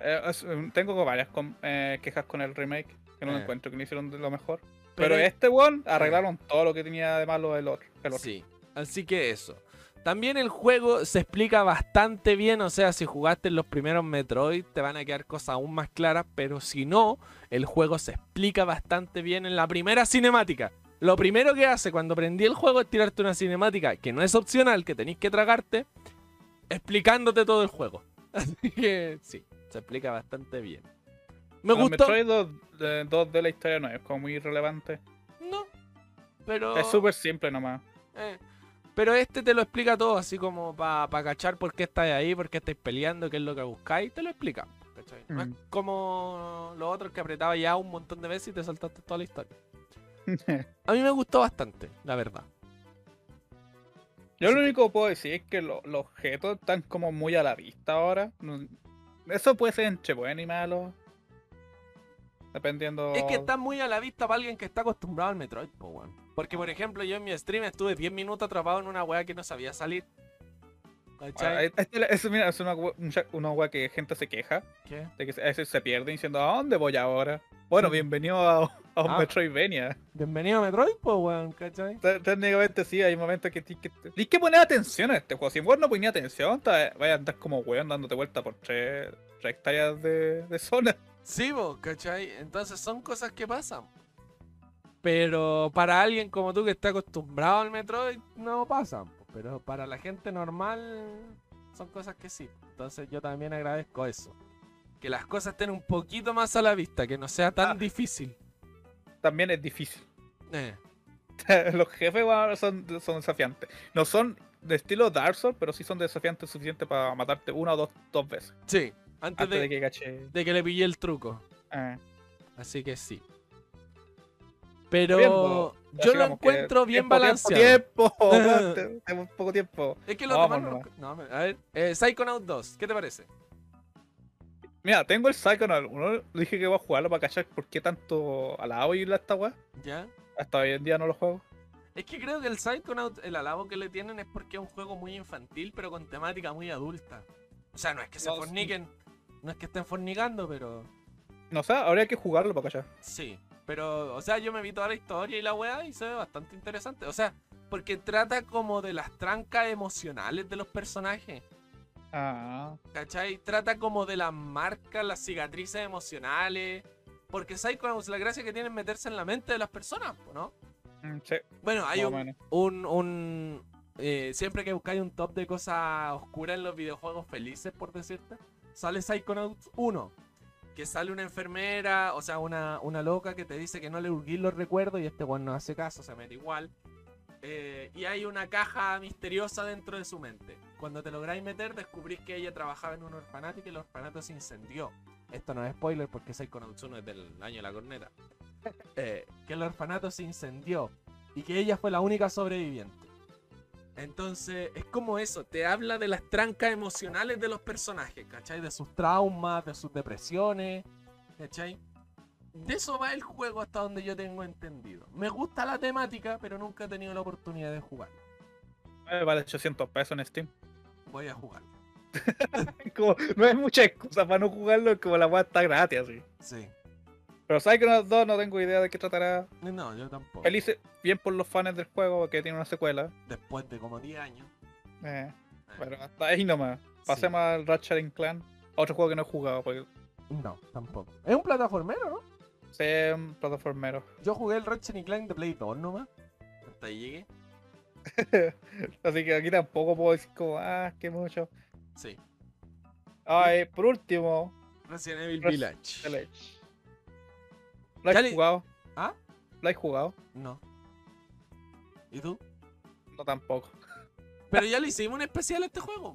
B: Eh, es- tengo varias com- eh, quejas con el remake, que no lo
A: Eh.
B: encuentro que no hicieron de lo mejor.
A: Pero eh.
B: Pero este weón arreglaron todo lo que tenía de malo el otro. el otro.
A: Sí, así que eso. También el juego se explica bastante bien, o sea, si jugaste en los primeros Metroid te van a quedar cosas aún más claras, pero si no, el juego se explica bastante bien en la primera cinemática. Lo primero que hace cuando prendí el juego es tirarte una cinemática que no es opcional, que tenéis que tragarte, explicándote todo el juego. Así que sí, se explica bastante bien. Me
B: Los
A: gustó.
B: Metroid 2 de, 2 de la historia no es como muy relevante.
A: No, pero.
B: Es súper simple nomás.
A: Eh, Pero este te lo explica todo, así como para cachar por qué estáis ahí, por qué estáis peleando, qué es lo que buscáis, te lo explica. ¿cachai? No es
B: Mm.
A: como los otros que apretaba ya un montón de veces y te saltaste toda la historia. A mí me gustó bastante, la verdad. Así
B: Yo lo
A: que-
B: único que puedo decir es que lo- los objetos están como muy a la vista ahora. No- Eso puede ser entre bueno y malo. Dependiendo.
A: Es que está muy a la vista para alguien que está acostumbrado al Metroid, po, weón. Porque, por ejemplo, yo en mi stream estuve 10 minutos atrapado en una weá que no sabía salir.
B: Ah,
A: ¿Cachai?
B: es- es- es- mira, es una hue- mucha- una hueá que gente se queja.
A: ¿Qué?
B: De que se- a veces se pierden diciendo, ¿a dónde voy ahora? Bueno, bienvenido a, a un
A: Ah.
B: Metroidvania.
A: Bienvenido a Metroid, po, weón, ¿cachai?
B: Te- Técnicamente sí, hay momentos que tienes que, tienes que poner atención a este juego. Si vos no ponías atención, te vas a andar como weón dándote vuelta por tres, tres hectáreas de, de zona.
A: Sí, vos, ¿cachai? Entonces son cosas que pasan. Pero para alguien como tú que está acostumbrado al Metroid, no pasan. po. Pero para la gente normal, son cosas que sí. Entonces yo también agradezco eso. Que las cosas estén un poquito más a la vista, que no sea tan
B: Ah.
A: difícil.
B: También es difícil.
A: Eh,
B: Los jefes weón, son, son desafiantes. No son de estilo Dark Souls, pero sí son desafiantes suficientes para matarte una o dos, dos veces.
A: sí, antes,
B: Antes
A: de,
B: de que caché.
A: de que le pillé el truco.
B: Ah.
A: Así que sí. Pero
B: Bien, po.
A: yo lo
B: Digamos que
A: encuentro bien
B: tiempo,
A: balanceado.
B: Tiempo, tiempo, te- te- poco tiempo.
A: Es que lo
B: Vamos
A: demás no- no, a ver, eh, Psychonaut 2, ¿qué te parece?
B: Mira, tengo el Psychonaut 1. Dije que voy a jugarlo para cachar por qué tanto alabo y la esta weá.
A: ¿Ya?
B: Hasta hoy en día no lo juego.
A: Es que creo que el Psychonaut, el alabo que le tienen es porque es un juego muy infantil, pero con temática muy adulta. O sea, no es que se
B: No, sí.
A: forniquen, no es que estén fornicando, pero
B: No sé, habría que jugarlo para cachar.
A: sí. Pero, o sea, yo me vi toda la historia y la weá y se ve bastante interesante. O sea, porque trata como de las trancas emocionales de los personajes.
B: Ah.
A: ¿Cachai? Trata como de las marcas, las cicatrices emocionales. Porque Psychonauts, la gracia que tiene es meterse en la mente de las personas, po, ¿no?
B: mm, Sí,
A: Bueno, hay
B: más o
A: un,
B: menos.
A: un, un eh, siempre que buscáis un top de cosas oscuras en los videojuegos felices, por decirte, sale Psychonauts 1. Que sale una enfermera, o sea, una, una loca que te dice que no le urgís los recuerdos y este weón no hace caso, se mete igual. Eh, y hay una caja misteriosa dentro de su mente. Cuando te lográis meter, descubrís que ella trabajaba en un orfanato y que el orfanato se incendió. Esto no es spoiler porque Psychonauts 1 es del año de la corneta. Eh, que el orfanato se incendió y que ella fue la única sobreviviente. Entonces, es como eso, te habla de las trancas emocionales de los personajes, ¿cachai? De sus traumas, de sus depresiones, ¿cachai? De eso va el juego hasta donde yo tengo entendido. Me gusta la temática, pero nunca he tenido la oportunidad de jugar.
B: Eh, Vale 800 pesos en Steam.
A: Voy a jugar.
B: Como, no es mucha excusa para no jugarlo, es como la weá está gratis así.
A: Sí.
B: Pero Psychonauts 2 no tengo idea de qué tratará.
A: No, yo tampoco.
B: Felices, bien por los fans del juego que tiene una secuela.
A: Después de como 10 años.
B: Eh,
A: eh,
B: pero hasta ahí nomás. Pasemos al Ratchet and Clan. Otro juego que no he jugado porque
A: No, tampoco. Es un plataformero, ¿no?
B: sé un plataformero.
A: Yo jugué el Ratchet y Clank de Play 2 nomás. Hasta ahí llegué.
B: Así que aquí tampoco puedo decir como, ah, que mucho.
A: Sí.
B: Ay, por último,
A: Resident Evil
B: Res-
A: Village.
B: Village. ¿Lo
A: Chale.
B: has jugado?
A: ¿Ah?
B: ¿Lo has jugado?
A: No. ¿Y tú?
B: No tampoco.
A: Pero ya le hicimos un especial a este juego.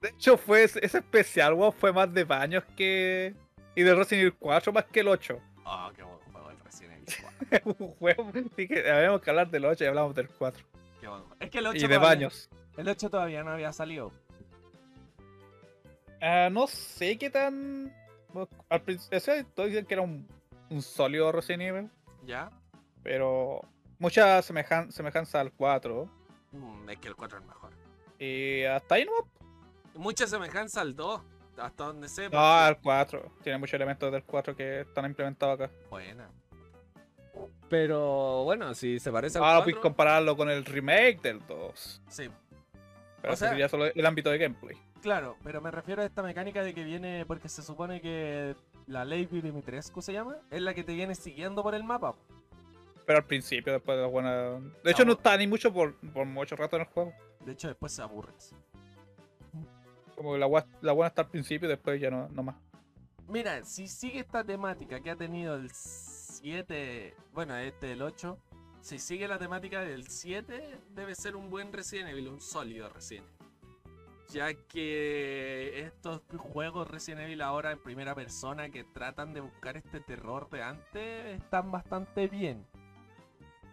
B: De hecho, fue ese ese especial, weón, fue más de baños que. Y de Resident Evil 4 más que el 8.
A: Oh, qué buen juego el Resident Evil 4.
B: Weón, sí que habíamos que hablar del 8 y hablamos del 4.
A: Qué buen juego. Es que el 8
B: Y de baños.
A: El 8 todavía no había salido.
B: Ah, no sé qué tan. Al principio, todos dicen que era un, un sólido Resident Evil,
A: ¿Ya?
B: pero mucha semejan- semejanza al 4.
A: Mm, es que el 4 es mejor.
B: Y hasta ahí no
A: Mucha semejanza al 2. Hasta donde sé.
B: No, al 4. Tiene muchos elementos del 4 que están implementados acá.
A: Buena.
F: Pero bueno, si se parece al
B: Ahora puedes
F: 4,
B: compararlo con el remake del 2.
A: Sí,
B: Pero
A: O
B: eso
A: sea-
B: sería solo el ámbito de gameplay.
A: claro, pero me refiero a esta mecánica de que viene. Porque se supone que la Lady Dimitrescu se llama. Es la que te viene siguiendo por el mapa.
B: Pero al principio, después de la buena. De hecho, no
A: Sabor.
B: está ni mucho por, por mucho rato en el juego.
A: De hecho, después se aburres.
B: Como que la, gua- la buena está al principio y después ya no, no más.
A: Mira, si sigue esta temática que ha tenido el 7, bueno, este el 8, si sigue la temática del 7, debe ser un buen Resident Evil, un sólido Resident Evil. Ya que estos juegos Resident Evil ahora en primera persona que tratan de buscar este terror de antes están bastante bien.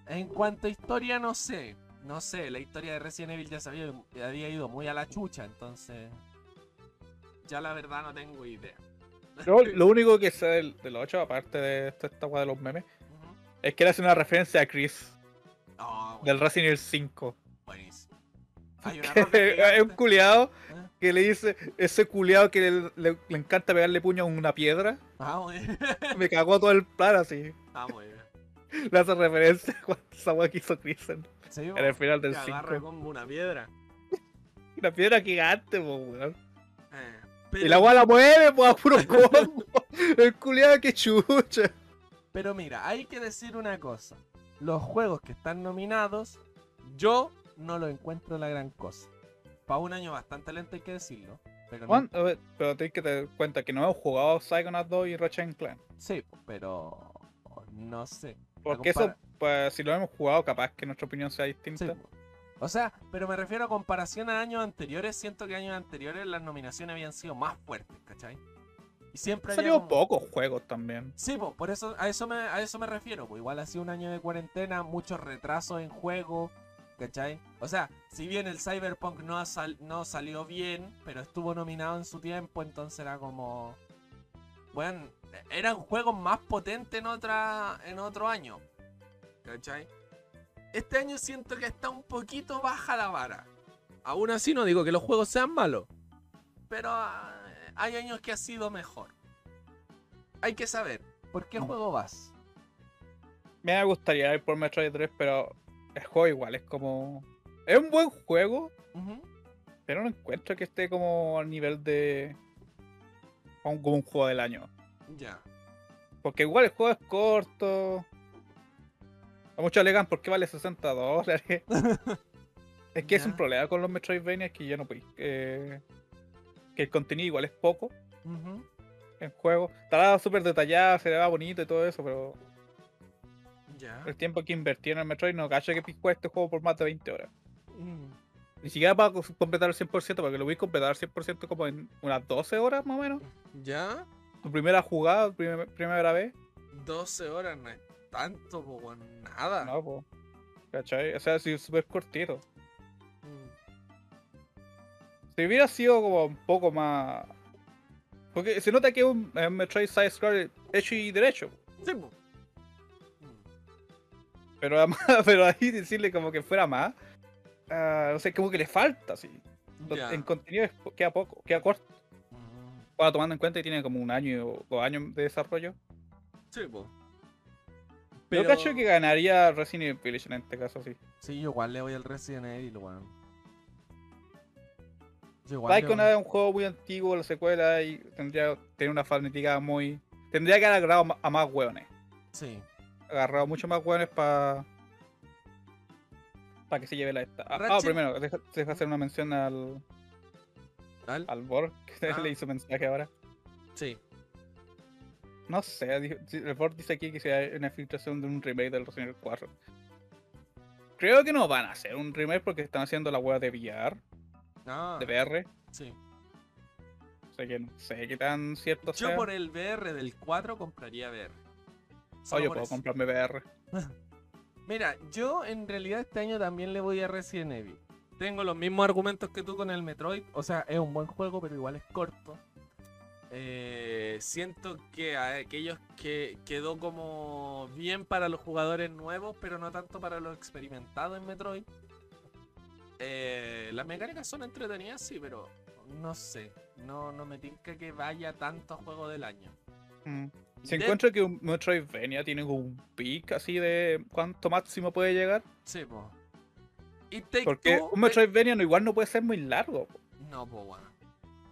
A: En cuanto a historia, no sé. No sé, la historia de Resident Evil ya se había, ya había ido muy a la chucha, entonces. Ya la verdad no tengo idea.
B: Yo lo único que sé del, del 8, aparte de esta, esta weá de los memes, es que le hace una referencia a Chris
A: No,
B: del Resident Evil 5.
A: buenísimo. Hay una roca
B: es un
A: gigante.
B: culiado
A: Ah.
B: que le dice, ese culiado que le, le- le encanta pegarle puño a una piedra,
A: Ah, muy bien.
B: me cagó todo el plan así.
A: Ah, muy bien.
B: Le hace referencia a cuando esa weá que hizo Chris en,
A: Sí,
B: en el final del
A: te agarra
B: 5.
A: como una piedra.
B: Una piedra gigante, po, weón.
A: Eh,
B: Y
A: pero,
B: la weá la mueve, po, a puro combo. el culiado que chucha.
A: pero mira, hay que decir una cosa. Los juegos que están nominados, yo no lo encuentro la gran cosa. Para un año bastante lento hay que decirlo. Pero no-
B: Juan, a ver, pero tienes que te dar cuenta que no hemos jugado Psychonauts 2 y Ratchet Clan.
A: sí, pero no sé.
B: Porque eso, pues, si lo hemos jugado, capaz que nuestra opinión sea
A: Sí,
B: distinta.
A: po. O sea, pero me refiero a comparación a años anteriores. Siento que años anteriores las nominaciones habían sido más fuertes, ¿cachai? Y siempre
B: Han
A: había
B: salido
A: como-
B: pocos juegos también.
A: Sí, po, por eso, a eso me, a eso me refiero. po. Igual ha sido un año de cuarentena, muchos retrasos en juego, ¿cachai? O sea, si bien el Cyberpunk no, ha sal- no salió bien, pero estuvo nominado en su tiempo, entonces era como. Bueno, eran juegos más potentes en, otra, en otro año, ¿cachai? Este año siento que está un poquito baja la vara.
F: aún así no digo que los juegos sean malos.
A: pero ah, hay años que ha sido mejor. Hay que saber, ¿por qué juego vas?
B: Me gustaría ir por Metroid 3, pero el juego igual es como. Es un buen juego,
A: Ujú.
B: pero no encuentro que esté como al nivel de. un- como un juego del año.
A: Ya.
B: Porque igual el juego es corto. A muchos alegan por qué vale 60 dólares. es que es un
A: Ya.
B: problema con los Metroidvania que ya no podéis. eh, que el contenido igual es poco.
A: Ujú.
B: el juego. Estará súper detallada, se le va bonito y todo eso, pero
A: Ya.
B: el tiempo que invertí en el Metroid no cacho que picó este juego por más de 20 horas.
A: Mm.
B: Ni siquiera para cos- completar el 100%, porque lo voy a completar al 100% como en unas 12 horas más o menos.
F: ¿Ya?
B: Tu primera jugada, tu primer- primera vez.
A: 12 horas no es tanto, po, weón, nada.
B: No, po. ¿Cachai? O sea, sí, súper cortito.
A: Mm.
B: Si hubiera sido como un poco más... Porque se nota que es un es un Metroid Side Scroll hecho y derecho.
A: Sí, po. Mm.
B: Pero, además- pero ahí decirle como que fuera más... ah, no sé, como que le falta, sí. Lo-
A: Ya.
B: En contenido es po- queda poco, queda corto.
A: Mm.
B: Ahora tomando en cuenta que tiene como un año o dos años de desarrollo.
A: Sí, po.
B: Yo cacho que ganaría Resident Evil Village en este caso, sí.
A: Sí, yo igual le voy al Resident Evil, weón. Yo igual. le
B: Tycoon
A: voy-
B: es un juego muy antiguo, la secuela, y tendría tener una fanática muy. Tendría que haber agarrado ma- a más hueones.
A: Sí.
B: Agarrado mucho más hueones para. Para que se lleve la esta. Ah, ah,
A: Ratchet-
B: primero, deja, deja hacer una mención al.
F: ¿Al?
B: Al Borg, que
A: Ah.
B: le hizo mensaje ahora.
F: Sí.
B: No sé, di- di- el Borg dice aquí que sea una filtración de un remake del Resident Evil 4. Creo que no van a hacer un remake porque están haciendo la hueá de VR,
E: Ah,
B: de VR.
E: sí.
B: O sea que no sé qué tan cierto
E: Yo
B: sea.
E: por el VR del 4 compraría VR.
B: Oh,
E: Solo
B: yo
E: por
B: puedo
E: eso.
B: comprarme VR.
E: Mira, yo en realidad este año también le voy a Resident Evil. Tengo los mismos argumentos que tú con el Metroid. O sea, es un buen juego, pero igual es corto. Eh, siento que a aquellos que quedó como bien para los jugadores nuevos, pero no tanto para los experimentados en Metroid. Eh, las mecánicas son entretenidas, sí, pero no sé. No, no me tinca que vaya tanto a juego del año.
B: Mm. Si
E: De-
B: encuentro que un Metroidvania tiene un pic así de cuánto máximo puede llegar.
E: Sí, po. Y Take
B: Porque
E: Two,
B: un
E: eh,
B: Metroidvania no- igual no puede ser muy largo. po.
E: No, pues bueno.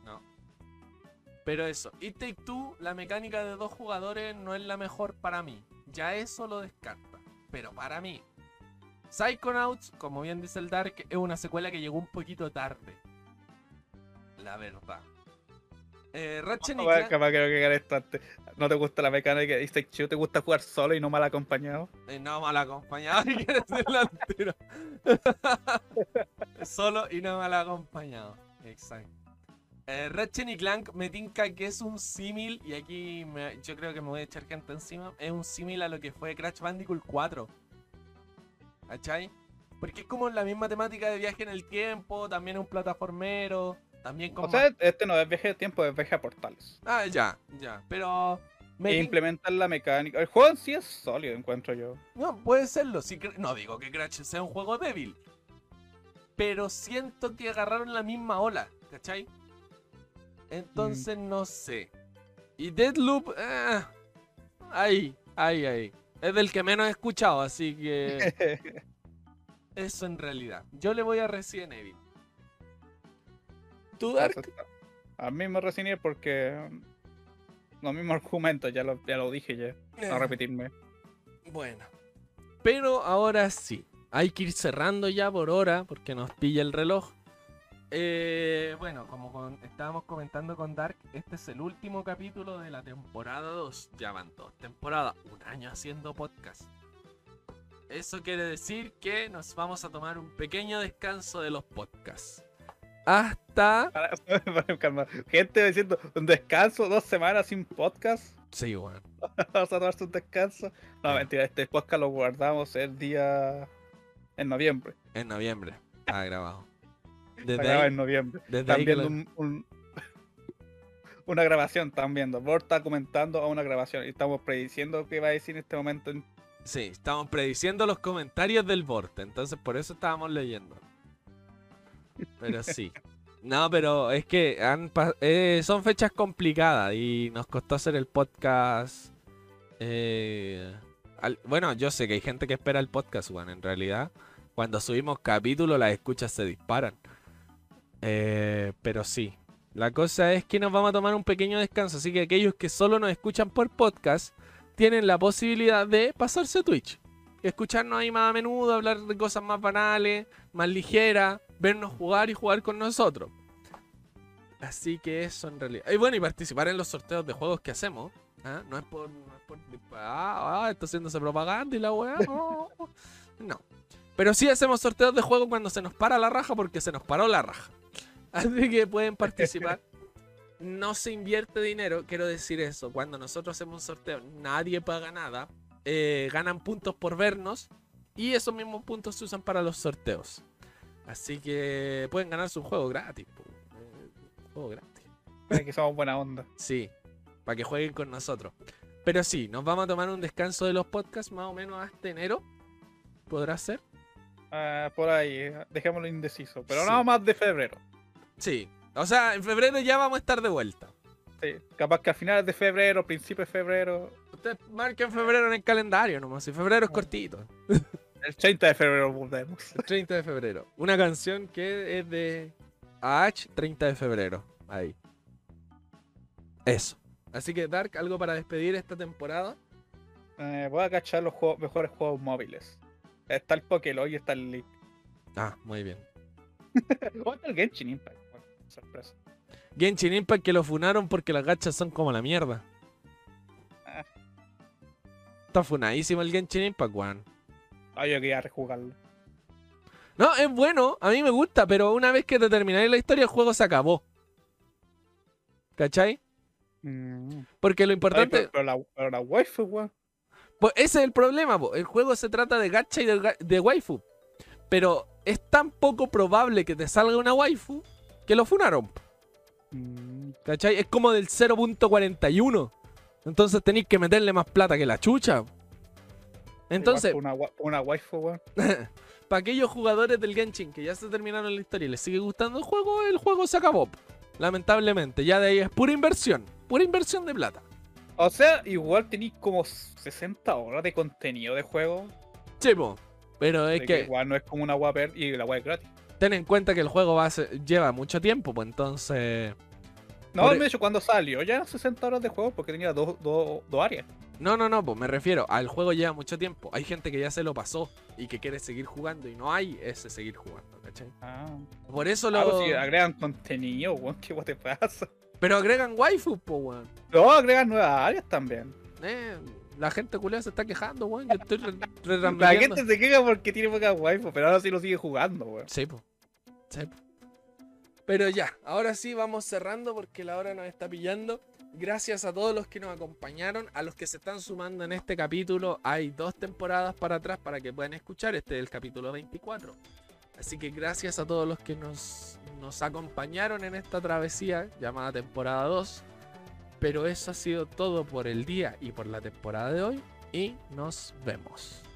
E: No. Pero eso, y Take Two, la mecánica de dos jugadores no es la mejor para mí. Ya eso lo descarta. Pero para mí, Psychonauts, como bien dice el Dark, es una secuela que llegó un poquito tarde. La verdad. Eh, Ratchet y
B: Capaz-
E: Clank-
B: capaz creo que era esta- te- No te gusta la mecánica. Dice, chido, te gusta jugar solo y no mal acompañado.
E: Eh, no mal acompañado, hay que decirlo entero. Solo y no mal acompañado. Exacto. Eh, Ratchet y Clank me tinca que es un símil, y aquí me- yo creo que me voy a echar gente encima, es un símil a lo que fue Crash Bandicoot 4. ¿Cachai? Porque es como la misma temática de viaje en el tiempo, también es un plataformero, también con...
B: O sea, este no es viaje de tiempo, es viaje a portales.
E: ma- ah, ya, ya. Pero... Me
B: E
E: tin-
B: implementan la mecánica. El juego en sí es sólido, encuentro yo.
E: No, puede serlo. sí que- no digo que Crash sea un juego débil. Pero siento que agarraron la misma ola, ¿cachai? Entonces no sé. Y Deadloop, ah, ahí, ahí, ahí. Es del que menos he escuchado, así que eso en realidad. Yo le voy a Resident Evil. ¿Tú, Dark?
B: Entonces, A mí me resigné porque. um, Los mismos argumentos, ya lo, ya lo dije ya. No repetirme.
E: Bueno.
A: Pero ahora sí, hay que ir cerrando ya por hora porque nos pilla el reloj.
E: Eh, bueno, como con- estábamos comentando con Dark, este es el último capítulo de la temporada 2. Ya van dos temporadas, un año haciendo podcast. Eso quiere decir que nos vamos a tomar un pequeño descanso de los podcasts.
A: Hasta...
B: Para- para calmar. Gente diciendo, un descanso, dos semanas sin podcast.
A: Sí, weón.
B: Vamos a tomarse un descanso. No,
A: Bueno.
B: mentira, este podcast lo guardamos el día. en noviembre.
A: En noviembre. Ah, grabado.
B: Se
A: Desde
B: graba
A: ahí,
B: en noviembre.
A: desde
B: Están
A: ahí que
B: viendo
A: lo-
B: un, un- una grabación, están viendo. Bor está comentando a una grabación y estamos prediciendo qué va a decir en este momento. en-
A: Sí, estamos prediciendo los comentarios del Borte, entonces por eso estábamos leyendo. Pero sí. No, pero es que han pa- eh, son fechas complicadas y nos costó hacer el podcast. eh, al- bueno, yo sé que hay gente que espera el podcast, weón. En realidad, cuando subimos capítulos, las escuchas se disparan. Eh, pero sí. La cosa es que nos vamos a tomar un pequeño descanso, así que aquellos que solo nos escuchan por podcast tienen la posibilidad de pasarse a Twitch. Escucharnos ahí más a menudo, hablar de cosas más banales, más ligeras, vernos jugar y jugar con nosotros. Así que eso en realidad. Y bueno, y participar en los sorteos de juegos que hacemos. ¿ah? No es por. No es por ah, ah, está haciéndose propaganda y la weá. No. No. Pero sí hacemos sorteos de juegos cuando se nos para la raja porque se nos paró la raja. Así que pueden participar no se invierte dinero, quiero decir eso. Cuando nosotros hacemos un sorteo, nadie paga nada. eh, ganan puntos por vernos y esos mismos puntos se usan para los sorteos. Así que pueden ganarse un juego gratis. po. Eh, un juego gratis.
B: que somos buena onda.
A: Sí, para que jueguen con nosotros. Pero sí, nos vamos a tomar un descanso de los podcasts más o menos hasta enero. ¿Podrá ser?
B: Ah, por ahí, eh, dejémoslo indeciso. Pero
A: Sí.
B: nada más de febrero.
A: Sí. O sea, en febrero ya vamos a estar de vuelta.
B: Sí, capaz que a finales de febrero, principio de febrero.
A: Ustedes marquen febrero en el calendario nomás. Si febrero es cortito.
B: El 30 de febrero volvemos.
A: 30 de febrero. Una canción que es de AH 30 de febrero. Ahí. Eso. Así que Dark, algo para despedir esta temporada.
B: Eh, voy a cachar los juegos- mejores juegos móviles. Está el Pokélog y está el League.
A: Ah, muy bien.
B: O está el Genshin Impact. Bueno, sorpresa.
A: Genshin Impact que lo funaron porque las gachas son como la mierda.
B: Ah.
A: Está funadísimo el Genshin Impact, weón.
B: Ah, yo quería rejugarlo.
A: No, es bueno, a mí me gusta, pero una vez que te termináis la historia, el juego se acabó. ¿Cachai?
B: Mm.
A: Porque lo
B: Ay,
A: importante.
B: pero, pero la, pero la waifu, weón.
A: Pues ese es el problema, po. el juego se trata de gacha y de, ga- de waifu. Pero es tan poco probable que te salga una waifu que lo funaron. po,
B: Mm.
A: ¿Cachai? Es como del 0.41. Entonces tenéis que meterle más plata que la chucha. Entonces,
B: Igual Una, wa- una waifu, weón.
A: para aquellos jugadores del Genshin que ya se terminaron la historia y les sigue gustando el juego, el juego se acabó. po. Lamentablemente, ya de ahí es pura inversión. Pura inversión de plata.
B: O sea, igual tenéis como 60 horas de contenido de juego.
A: Chepo. Pero es
B: de
A: que...
B: igual no es como una web y la web es gratis.
A: ten en cuenta que el juego va a ser- lleva mucho tiempo, pues entonces.
B: No,
A: Por e-
B: de hecho, cuando salió ya eran 60 horas de juego porque tenía dos dos- dos áreas.
A: No, no, no, pues me refiero, al juego lleva mucho tiempo. Hay gente que ya se lo pasó y que quiere seguir jugando y no hay ese seguir jugando, ¿cachai?
B: Ah.
A: Por eso lo.
B: Ah, pues si agregan contenido, weón, ¿qué weón te pasa?
A: Pero agregan waifu, pues, weón.
B: No, agregan nuevas áreas también.
A: Eh, la gente culiada se está quejando, weón. Yo estoy re- retransmitiendo.
B: La gente se queja porque tiene poca waifu, pero ahora sí lo sigue jugando, weón.
A: Sí, pues. Sí, po. Pero ya, ahora sí vamos cerrando porque la hora nos está pillando. Gracias a todos los que nos acompañaron, a los que se están sumando en este capítulo. Hay dos temporadas para atrás para que puedan escuchar. Este es el capítulo 24. Así que gracias a todos los que nos, nos acompañaron en esta travesía llamada temporada 2. Pero eso ha sido todo por el día y por la temporada de hoy. Y nos vemos.